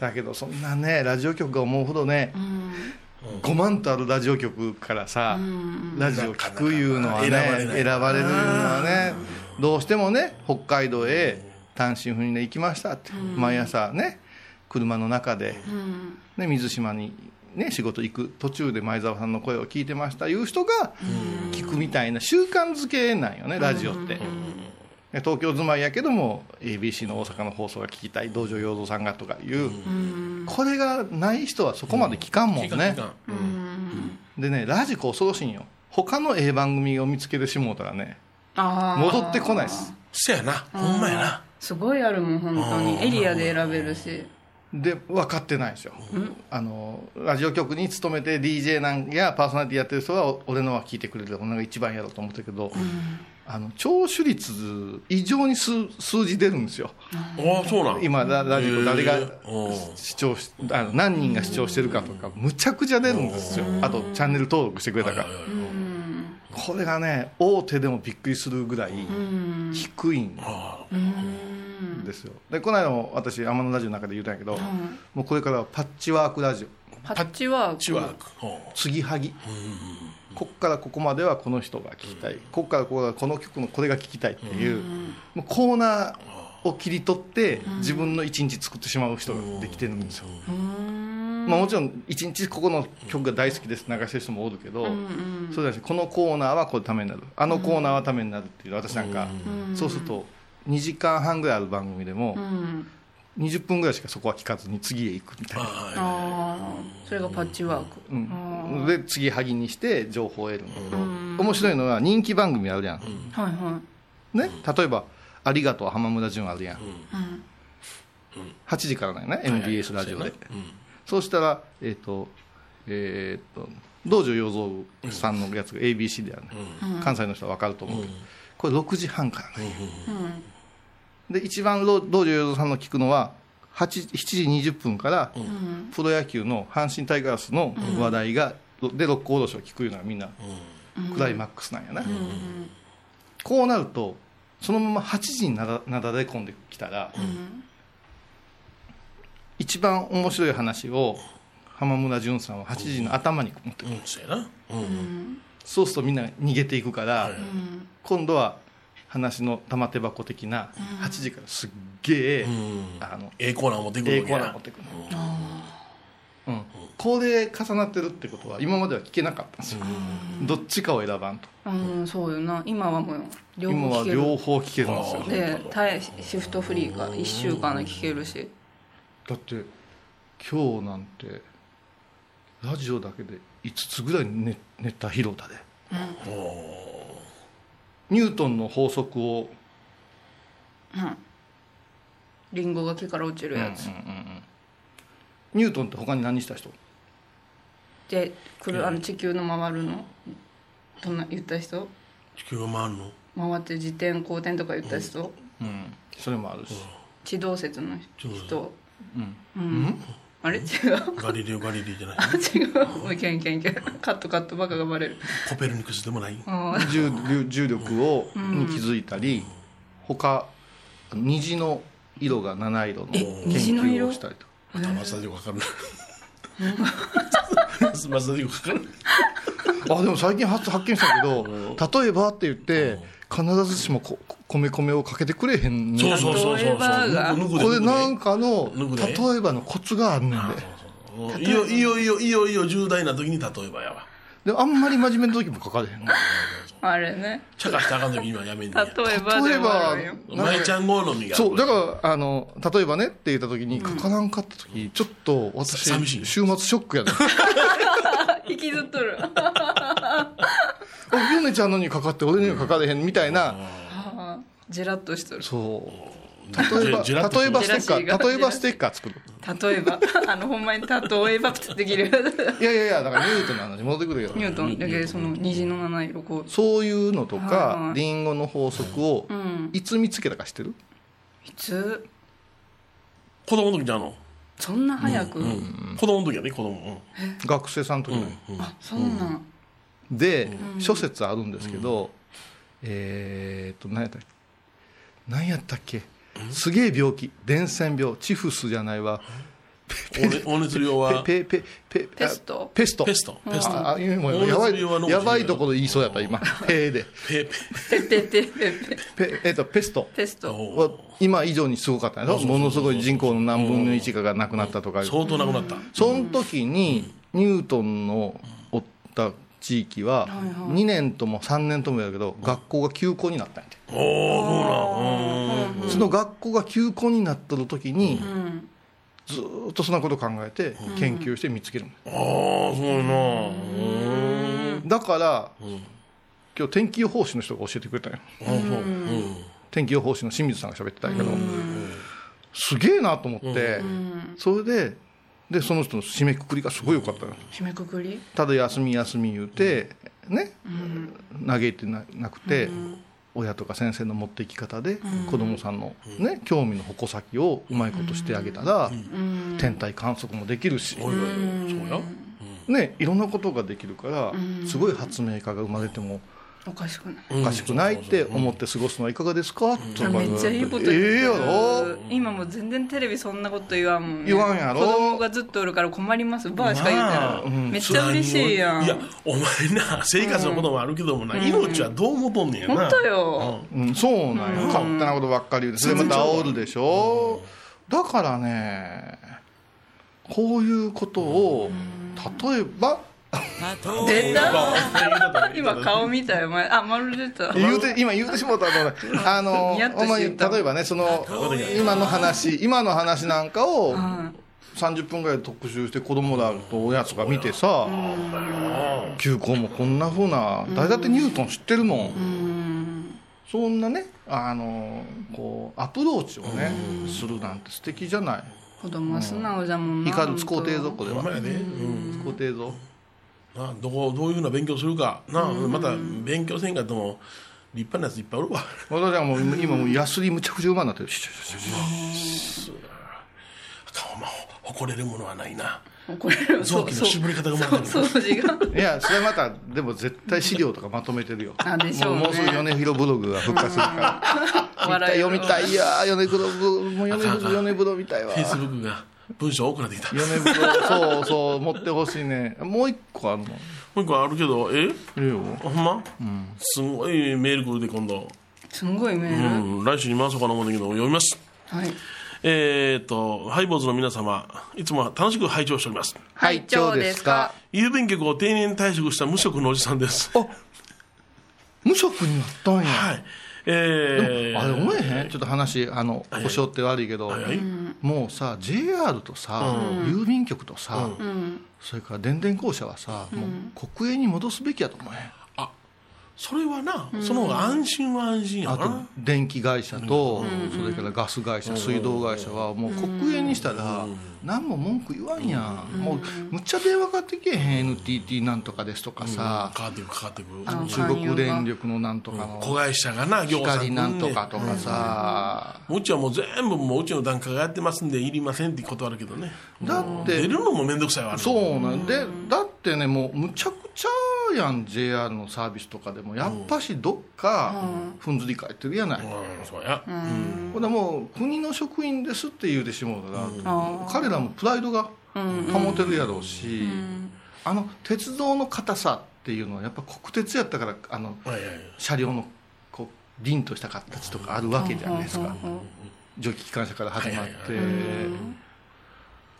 Speaker 4: だけどそんなねラジオ局が思うほどね、5万とあるラジオ局からさ、ラジオ聞くいうのはね
Speaker 3: なかなか選ばれない
Speaker 4: 選ばれるのはねどうしてもね北海道へ単身赴任で行きましたって、毎朝ね車の中で、ね、水島に、ね、仕事行く途中で前澤さんの声を聞いてましたいう人が聞くみたいな習慣づけなんよねラジオって。で東京住まいやけども ABC の大阪の放送が聞きたい道場洋蔵さんがとかいう、これがない人はそこまで聞かんもんね、
Speaker 3: 期間期間
Speaker 4: でねラジコ恐ろしいんよ他のええ番組を見つけてしもうたらね
Speaker 2: ああ
Speaker 4: 戻ってこないです
Speaker 3: せやなほんまやな
Speaker 2: すごいあるもん本当にエリアで選べるし
Speaker 4: で分かってないんですよあのラジオ局に勤めて DJ なんやパーソナリティやってる人はお俺のは聞いてくれる女が一番やろうと思ったけど、あの聴取率異常に数数字出るんですよ
Speaker 3: ああそうなん
Speaker 4: 今ララジコ誰が
Speaker 3: へえうん
Speaker 4: 視聴しあの何人が視聴してるかとかむちゃくちゃ出るんですよあとチャンネル登録してくれたからこれがね大手でもびっくりするぐらい低いんですよでこの間も私天野ラジオの中で言うたんやけどもうこれからはパッチワークラジオ
Speaker 2: パッチワーク
Speaker 3: チワーク
Speaker 4: 継ぎはぎこっからここまではこの人が聞きたいこっからここがこの曲のこれが聞きたいっていうもうコーナーを切り取って自分の一日作ってしまう人ができてるんですよまあもちろん一日ここの曲が大好きです流してる人もおるけどそうじゃなくてこのコーナーはこれためになるあのコーナーはためになるっていう私なんかそうすると2時間半ぐらいある番組でも20分ぐらいしかそこは聞かずに次へ行くみたいな。
Speaker 2: ああそれがパッチワーク
Speaker 4: うん、で継ぎはぎにして情報を得るんだけど、面白いのは人気番組あるやん、
Speaker 2: はいは
Speaker 4: ね、例えば「ありがとう浜村淳」あるやん、8時からなんやね MBS ラジオで、そうしたらえっ、とえっ、と道場洋蔵さんのやつが ABC であるね、関西の人は分かると思うけど、これ6時半からね、で一番道道場洋蔵さんの聞くのは8 7時20分から、プロ野球の阪神タイガースの話題が、で六甲おろしを聞くようなみんな、クライマックスなんやね、こうなるとそのまま8時になだなだれ込んできたら、一番面白い話を浜村淳さんは8時の頭に持ってく
Speaker 3: う
Speaker 4: る
Speaker 3: んそうやな
Speaker 4: そうするとみんな逃げていくから、今度は話の玉手箱的な8時からすっげえ、あの
Speaker 3: ええコーナー持ってく
Speaker 4: え
Speaker 3: る
Speaker 4: えコーナー持ってくるうん、これ重なってるってことは今までは聞けなかったんですよ、どっちかを選ばんと
Speaker 2: いうんそうよな今はもう両
Speaker 4: 今
Speaker 2: 方聞
Speaker 4: は
Speaker 2: ける
Speaker 4: 両方聞けるんですよ
Speaker 2: で対シフトフリーが1週間で聞けるし
Speaker 4: だって今日なんてラジオだけで5つぐらいネネタ披露だで、ニュートンの法則を
Speaker 2: リンゴが木から落ちるやつ、
Speaker 4: ニュートンって他に何した人
Speaker 2: でくるあの地球の回るのどんな言った人
Speaker 3: 地球が回るの
Speaker 2: 回って自転公転とか言った人
Speaker 4: うん、それもあるし、
Speaker 2: 地動説の人
Speaker 4: うん、
Speaker 2: あれ違う
Speaker 3: ガリレオ・ガリレイじゃない
Speaker 2: 違うもういけんいけんいけんカットカットバカがバレる
Speaker 3: コペルニクスでもない
Speaker 2: あ
Speaker 4: 重重重力をに気づいたり、他虹の色が七色の研
Speaker 2: 虹の
Speaker 4: 究
Speaker 2: 色
Speaker 4: をしたりとか
Speaker 3: 松田涼子かか るな松田涼子かかる
Speaker 4: あでも最近発発見したけど例えばって言って必ずしもここ米米をかけてくれへんね
Speaker 3: そうそうそうそ
Speaker 2: 例え
Speaker 3: うそう
Speaker 2: ばが
Speaker 3: ぬ
Speaker 4: これなんんかの
Speaker 3: 脱ぐで
Speaker 4: 例えばのコツがあるねんで
Speaker 3: いよいよいよいよいよ重大な時に例えばやわ
Speaker 4: であんまり真面目な時もかかれへんの
Speaker 2: あれね
Speaker 3: 茶化したらあかん時にはやめんね
Speaker 2: 例
Speaker 3: や
Speaker 2: えばでもあるんよ
Speaker 4: なんか
Speaker 3: 舞ちゃん好みが
Speaker 4: そうだからあの例えばねって言った時にかからんかった時ちょっと私
Speaker 3: さ寂し
Speaker 4: 週
Speaker 3: い
Speaker 4: 末ショック やで
Speaker 2: 引きずっとる
Speaker 4: あヨネちゃんのにかかって俺にはかかれへんみたいな
Speaker 2: ジェラッとしとる
Speaker 4: そう例えば
Speaker 3: ジェラッと
Speaker 4: 例えばステッカ
Speaker 2: ジェラシーが
Speaker 4: ー例えばステッカー作る
Speaker 2: 例え ばあのほんまに例えばってできる
Speaker 4: いやいやいやだからニュートンの話に戻ってくるけど
Speaker 2: ニュートンだけでその虹の七色こう
Speaker 4: そういうのと
Speaker 2: はいは
Speaker 4: か
Speaker 2: い
Speaker 4: リンゴの法則を
Speaker 2: ん
Speaker 4: いつ見つけたか知ってる
Speaker 2: いつ
Speaker 3: 子供の時じゃんの
Speaker 2: そんな早く、
Speaker 3: 子供の時やね子供
Speaker 4: 学生さんの時 に
Speaker 2: あそうなん、
Speaker 4: で諸説あるんですけどえーっと何やったっけ何やったっけすげえ病気伝染病チフスじゃないわ
Speaker 3: うんおね熱量は
Speaker 4: ペペペペ
Speaker 2: ペスト
Speaker 4: あペスト
Speaker 3: ペストペスト
Speaker 4: ああもうやば
Speaker 3: 大水は脳
Speaker 4: い
Speaker 3: 中
Speaker 4: やばいところ言いそうやった今ペーで
Speaker 3: ペペ
Speaker 2: ペペペペペ
Speaker 4: ペえーっとペスト
Speaker 2: ペスト
Speaker 4: は今以上にすごかったんやろ
Speaker 3: そうそうそう
Speaker 4: ものすごい人口の何分の1かが亡くなったとか
Speaker 3: 相当なくなった
Speaker 4: その時にニュートンのおった地域は2年とも3年ともやけど学校が休校になったんやて
Speaker 3: おおそうなんうん
Speaker 4: その学校が休校になった時にずーっとそんなこと考えて研究して見つけるんだ
Speaker 3: ああそうやなうん
Speaker 4: だから今日天気予報士の人が教えてくれたんよ
Speaker 3: あそううん
Speaker 4: 天気予報士の清水さんが喋ってたんやけどすげえなと思ってそれででその人の締めくくりがすごい良かったの
Speaker 2: 締めくくり
Speaker 4: ただ休み休み言うて、ね、嘆いてななくて、親とか先生の持っていき方で、子供さんの、ね興味の矛先をうまいことしてあげたら、天体観測もできるし、
Speaker 3: おいおいおいそうや
Speaker 4: ね、いろんなことができるから、すごい発明家が生まれても
Speaker 2: おかしくない
Speaker 4: おかしくないって思って過ごすのはいかがですか、とか
Speaker 2: めっちゃいいこと言ってる
Speaker 4: ええやろ
Speaker 2: 今もう全然テレビそんなこと言わんもんね
Speaker 4: 言わんやろ
Speaker 2: 子供がずっとおるから困りますバーしか言うて
Speaker 3: ま
Speaker 2: な
Speaker 3: あう
Speaker 2: い、めっちゃ嬉しいやん
Speaker 3: いやお前な生活のこともあるけどもな、命はどう思とんねやな
Speaker 2: 本当よ、
Speaker 4: うん、そうなんよ、勝手なことばっかり言うてそれまた煽るでしょ、だからねこういうことを例えば
Speaker 2: 出た
Speaker 3: うん
Speaker 2: 今顔見たよ前あ丸出た
Speaker 4: 言うて今言うてしもうたと思うあ の
Speaker 2: ニヤッと
Speaker 4: ほんま
Speaker 2: して
Speaker 4: に
Speaker 2: た
Speaker 4: 例えばねその今の話今の話なんかを30分ぐらい特集して子供らと親とか見てさ休校もこんなふうな誰だってニュートン知ってるもんそんなねあのこうアプローチをねするなんて素敵じゃない
Speaker 2: 子供は素直じゃもんな
Speaker 4: 光る使うてえぞこれ
Speaker 3: お
Speaker 4: は
Speaker 3: 前やで、うん
Speaker 4: 使うてえぞ
Speaker 3: などこどういうふうな勉強するかな、また勉強せんかとも立派なやついっぱいおるわ
Speaker 4: 私はもう今もうヤスリむちゃくちゃうまになってるシュシュシュシュ
Speaker 3: 顔も誇れるものはないな
Speaker 2: 怒れる
Speaker 3: 臓器の絞り方がうまくなる
Speaker 2: そうそう掃除が
Speaker 4: いやそれまたでも絶対資料とかまとめてるよ
Speaker 2: あでしょうね
Speaker 4: もうもうすぐ米広ブログが復活するから
Speaker 2: 笑える
Speaker 4: 読みたいいやー米広ブログもう米
Speaker 3: あかんあ
Speaker 4: 広
Speaker 3: かん
Speaker 4: 米ブログみたいわ
Speaker 3: フェイ
Speaker 4: 米
Speaker 3: スブックが文章多くなってきたも
Speaker 4: ブログそうそう持ってほしいねもう一個あるの
Speaker 3: う一個あるけどえ
Speaker 4: いいよ
Speaker 3: ほんま、すごいメール来るで今度、
Speaker 2: すんごいメ
Speaker 3: う
Speaker 2: ール、
Speaker 3: ん、来週に回そうかな思うんだけど読みます
Speaker 2: はい
Speaker 3: えっ、とハイボーズの皆様いつも楽しく拝聴しております
Speaker 4: はい
Speaker 2: 長
Speaker 4: 長
Speaker 2: ですか
Speaker 3: 郵便局を定年退職した無職のおじさんです
Speaker 4: あ無職になったんや、
Speaker 3: はいえー、
Speaker 4: あれ思えへんちょっと話あの
Speaker 3: はい
Speaker 4: 故障って悪いけど、
Speaker 3: はいはい
Speaker 4: もうさ JR とさ、郵便局とさ、それから電電公社はさ、もう国営に戻すべきやと思うね
Speaker 3: あそれはな、その方が安心は安心や
Speaker 4: あと
Speaker 3: な。
Speaker 4: 電気会社と、それからガス会社、水道会社はもう国営にしたら何も文句言わんやん、もうむっちゃ電話かかってけへん NTT なんとかですとかさ
Speaker 3: か、かってくるかかってくる。
Speaker 2: あ
Speaker 4: 中国電力のなんとかの、
Speaker 3: 子会社がな、業者
Speaker 4: 光なんとかとかさ、
Speaker 3: うちはもう全部もううちの檀家がやってますんでいりませんって断るけどね
Speaker 4: だっ
Speaker 3: 出
Speaker 4: て
Speaker 3: るのも面倒くさいわあれ
Speaker 4: そうなんでだってねもうむちゃくちゃやん JR のサービスとかでもやっぱしどっかふんずり返ってるやない、
Speaker 3: うんそうや
Speaker 4: ほんでもう国の職員ですって言うてしもうたら、彼らもプライドが保てるやろうし、あの鉄道の硬さっていうのはやっぱ国鉄やったからあの
Speaker 3: はいはい
Speaker 4: 車両のこう凛とした形とかあるわけじゃないですか、蒸気機関車から始まって、
Speaker 3: はいは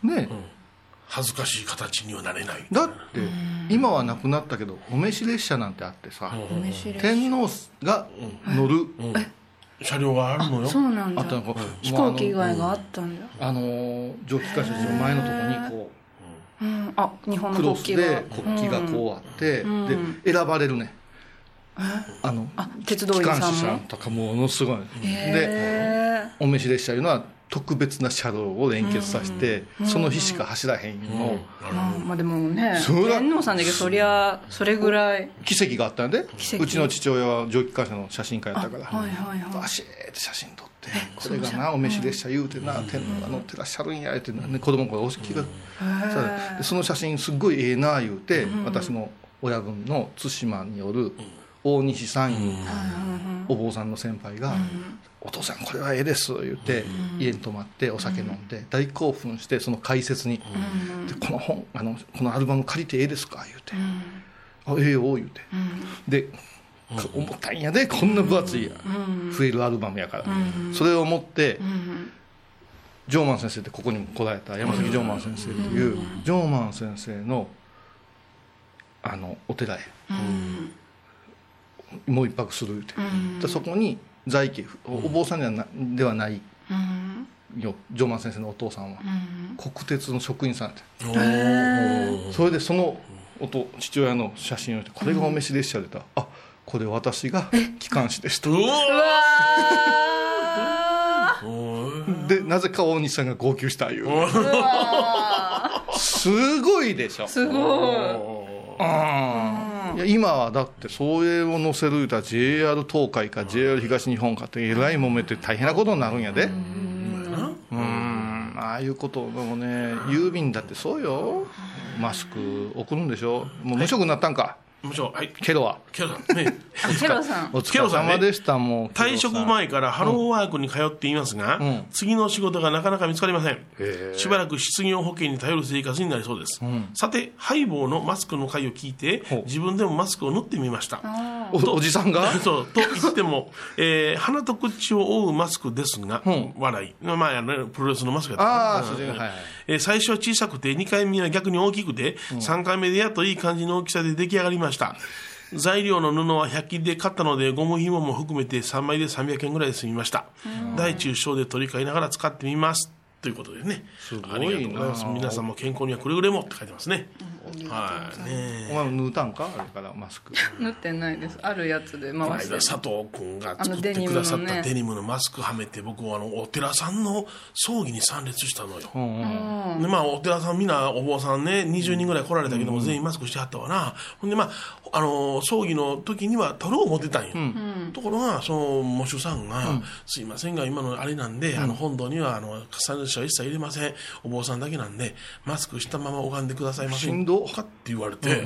Speaker 4: ね、
Speaker 3: 恥ずかしい形にはなれない
Speaker 4: だって今はなくなったけどお召し列車なんてあってさ、天皇が乗る、
Speaker 3: 車両があるのよ
Speaker 2: そうなんだ
Speaker 4: あとなんかもう
Speaker 2: 飛行機以
Speaker 4: あの
Speaker 2: 外があったんだ、
Speaker 4: あの蒸気機関車の前のとこにこ
Speaker 2: うん、あ日本
Speaker 4: う
Speaker 2: の
Speaker 4: クロ
Speaker 2: 国
Speaker 4: ス
Speaker 2: 旗が
Speaker 4: で国旗がこうあって、で選ばれるねあの
Speaker 2: あ鉄道
Speaker 4: 機
Speaker 2: 員
Speaker 4: 関
Speaker 2: さん
Speaker 4: 車
Speaker 2: も
Speaker 4: とかものすごいで
Speaker 2: へ
Speaker 4: お召し列車いうのは特別な車両を連結させて、その日しか走らへんの、
Speaker 2: えまあまあでもね
Speaker 4: そら
Speaker 2: 天皇さんだけどそりゃそれぐらい
Speaker 4: 奇跡があったんで
Speaker 2: 奇跡
Speaker 4: うちの父親は蒸気機関車の写真家やったから、
Speaker 2: はいはいはい
Speaker 4: バシーって写真撮ってこれがなお召し列車言うてな天皇が乗ってらっしゃるんやってな、ね、子供の頃お気がされてでその写真すっごいええな言うて私の親分の対馬による大西三遊お坊さんの先輩が「お父さんこれはええです」言って家に泊まってお酒飲んで大興奮してその解説に「でこの本あのこのアルバム借りてええですか?」言うて「あええよ」言うてでか重たいんやでこんな分厚いや、増えるアルバムやから、それを持って、ジョーマン先生ってここにも来られた山崎ジョーマン先生っていう、ジョーマン先生のあのお寺へ、もう一泊するって、でそこに在家おお坊さんではなではないよジョーマン先生のお父さんは、国鉄の職員さんやってそれでそのおと父親の写真を見てこれがお召し列車でた、あこれ私が機関士でした
Speaker 3: うわ
Speaker 4: でなぜか大西さんが号泣したいうすごいでしょ
Speaker 2: すご
Speaker 4: うんいや今はだってそれを載せるたら JR 東海か JR 東日本かってえらい揉めて大変なことになるんやでうんああいうことでもね郵便だってそうよマスク送るんでしょもう無職になったんか
Speaker 3: もちろんはい
Speaker 4: ケロは
Speaker 3: ケロさん ね
Speaker 2: いチェロさん
Speaker 4: お疲れ様でしたもうケロさん
Speaker 3: 退職前からハローワークに通っていますが、
Speaker 4: ん
Speaker 3: 次の仕事がなかなか見つかりませんしばらく失業保険に頼る生活になりそうです、さてハイボーのマスクの回を聞いて
Speaker 4: ほう
Speaker 3: 自分でもマスクを縫ってみました
Speaker 4: おおじさんが
Speaker 3: そうと言っても、えー鼻と口を覆うマスクですが、
Speaker 4: うん
Speaker 3: 笑い、まああの、プロレスのマスクやった
Speaker 4: ああ
Speaker 3: うん
Speaker 4: それがはいはい
Speaker 3: えー最初は小さくて、2回目は逆に大きくて、3回目でやっといい感じの大きさで出来上がりました。材料の布は100均で買ったので、ゴム紐も含めて3枚で300円ぐらいで済みました。大中小で取り替えながら使ってみます。ということでね。
Speaker 4: ごいな
Speaker 3: ありがとうございます。皆さんも健康にはくれぐれもって書いてますね。はい。ね
Speaker 4: お前も縫うたんかあれからマスク
Speaker 2: 縫ってないですあるやつで
Speaker 3: この
Speaker 2: 回して
Speaker 3: 間佐藤君が
Speaker 2: あ
Speaker 3: 作
Speaker 2: の
Speaker 3: っ
Speaker 2: デニ
Speaker 3: て
Speaker 2: ムのね
Speaker 3: くださったデニムのマスクはめて僕はあのお寺さんの葬儀に参列したのよ、でまあお寺さんみんなお坊さんね20人ぐらい来られたけども、全員マスクしてはったわなほんでまあ、あの葬儀の時にはトロを持ってたんよ、ところがその喪主さんが、すいませんが今のあれなんで、あの本堂にはあの参列者は一切入れませんお坊さんだけなんでマスクしたまま拝んでくださいません
Speaker 4: しんど
Speaker 3: かって言われて、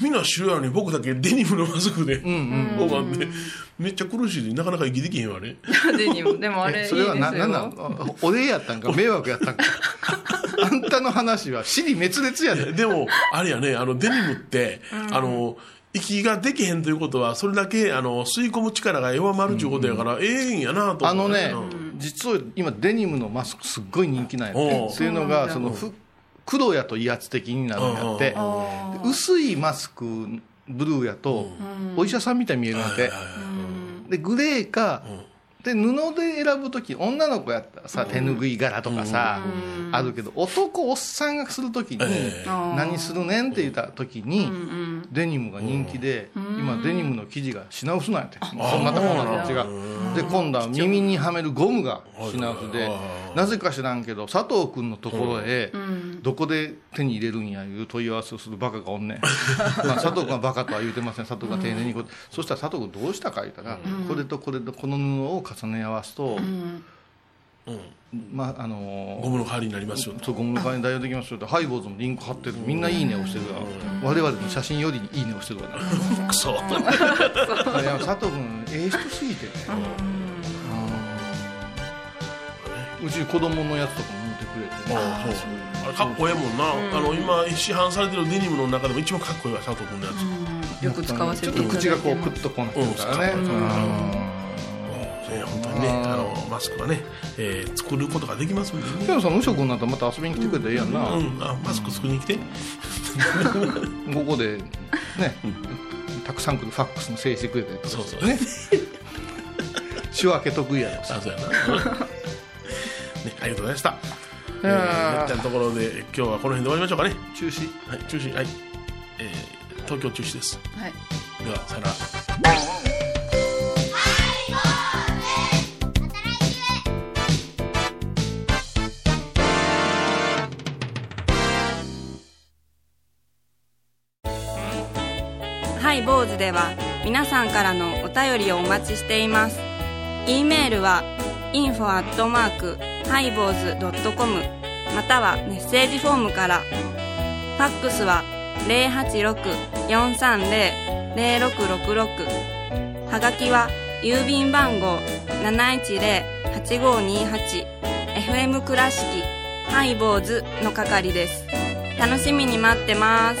Speaker 3: みんな知るやのに僕だけデニムのマスクで拝んで、めっちゃ苦しいでなかなか息できへんわね
Speaker 2: デニムでもあれいい
Speaker 4: え
Speaker 2: です
Speaker 4: そ
Speaker 2: よ
Speaker 4: れはななんなのお礼やったんか迷惑やったんかあんたの話は死に滅裂やで
Speaker 3: でもあれやねあのデニムって、あの息ができへんということはそれだけあの吸い込む力が弱まるということやから、ええんやなと
Speaker 4: あ
Speaker 3: 思
Speaker 4: の
Speaker 3: う
Speaker 4: ね
Speaker 3: うん
Speaker 4: 実は今デニムのマスクすっごい人気なんや
Speaker 3: おう
Speaker 4: ってっていうのがそのふ黒やと威圧的になるんやってで薄いマスクブルーやとお医者さんみたいに見えるんやってでグレーかで布で選ぶ時女の子やったらさ手ぬぐい柄とかさ、あるけど男おっさんがする時に、
Speaker 3: え
Speaker 4: 何するねんって言った時に、デニムが人気で、今デニムの生地が品薄なんやて、そうまた今度はこっちがで今度は耳にはめるゴムが品薄で、なぜか知らんけど佐藤君のところへ、どこで手に入れるんやいう問い合わせをするバカがおんねんまあ佐藤君はバカとは言うてません佐藤君は丁寧にこうそしたら佐藤君どうしたか言ったら、これとこれとこの布を重ね合わすと、まああのー
Speaker 3: ゴムの代わりになりますよ
Speaker 4: そうゴムの代わりに代用できますよってハイボーズもリンク貼ってるみんないいね押してるから我々の写真よりいいね押してるからね
Speaker 3: クソ
Speaker 4: いや佐藤君ええ人すぎてねうんうち子供のやつとかも見てくれてね
Speaker 3: あそうあれかっこええもんな、あの今市販されてるデニムの中でも一番かっこいいわ佐藤君のやつ、
Speaker 2: よく使わせて
Speaker 4: ちょ
Speaker 2: い
Speaker 4: った
Speaker 2: だ
Speaker 4: と
Speaker 2: いて
Speaker 4: 口がこうクッとこうなってるからね
Speaker 3: うん
Speaker 4: うん
Speaker 3: ね本当にねあのマスクはね、えー作ることができますもんね
Speaker 4: でもさ無職になったらまた遊びに来てくれたらええやんな
Speaker 3: うん、あマスク作りに来て
Speaker 4: ここでねたくさん来るファックスの整理してくれたりとか
Speaker 3: そうそう
Speaker 4: ね仕分け得意やろ
Speaker 3: あそうやな ねありがとうございましたえー、め
Speaker 4: や
Speaker 3: ったのところで今日はこの辺で終わりましょうかね
Speaker 4: 中止
Speaker 3: はい中止はい、えー、東京中止です
Speaker 2: はい
Speaker 3: ではさよなら
Speaker 2: ハイボーズでは皆さんからのお便りをお待ちしています。e メールは info アットマークハイボーズドットコムまたはメッセージフォームから。ファックスは086-430-0666はがきは郵便番号710-8528 FM 倉敷ハイボーズの係です。楽しみに待ってます。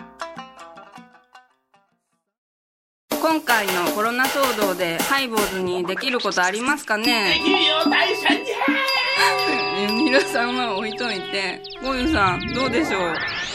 Speaker 2: 今回のコロナ騒動でハイボーズにできることありますかねできるよ 大社じゃ皆さんは置いといてゴユさんどうでしょう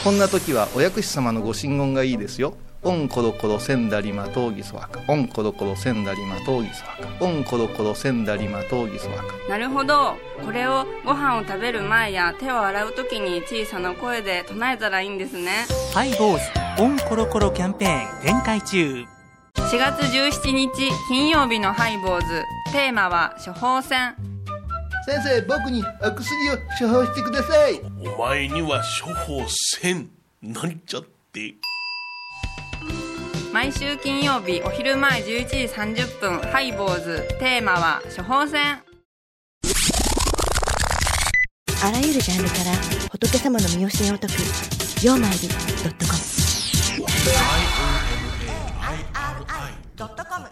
Speaker 4: こんな時はお薬師様のご神言がいいですよ。オンコロコロセンダリマトウギソワカ。オンコロコロセンダリマトウギソワカ。オンコロコロセンダリマトウギソワカ。
Speaker 2: なるほどこれをご飯を食べる前や手を洗う時に小さな声で唱えたらいいんですね
Speaker 1: ハイボーズオンコロコロキャンペーン展開中
Speaker 2: 4月17日金曜日のハイボーズテーマは処方箋
Speaker 4: 先生、僕にお薬を処方してください。
Speaker 3: お前には処方せんなっちゃって
Speaker 2: 毎週金曜日お昼前11時30分ハイボーズテーマは処方箋
Speaker 9: あらゆるジャンルから仏様の身教えを解く「曜マイルドットコム」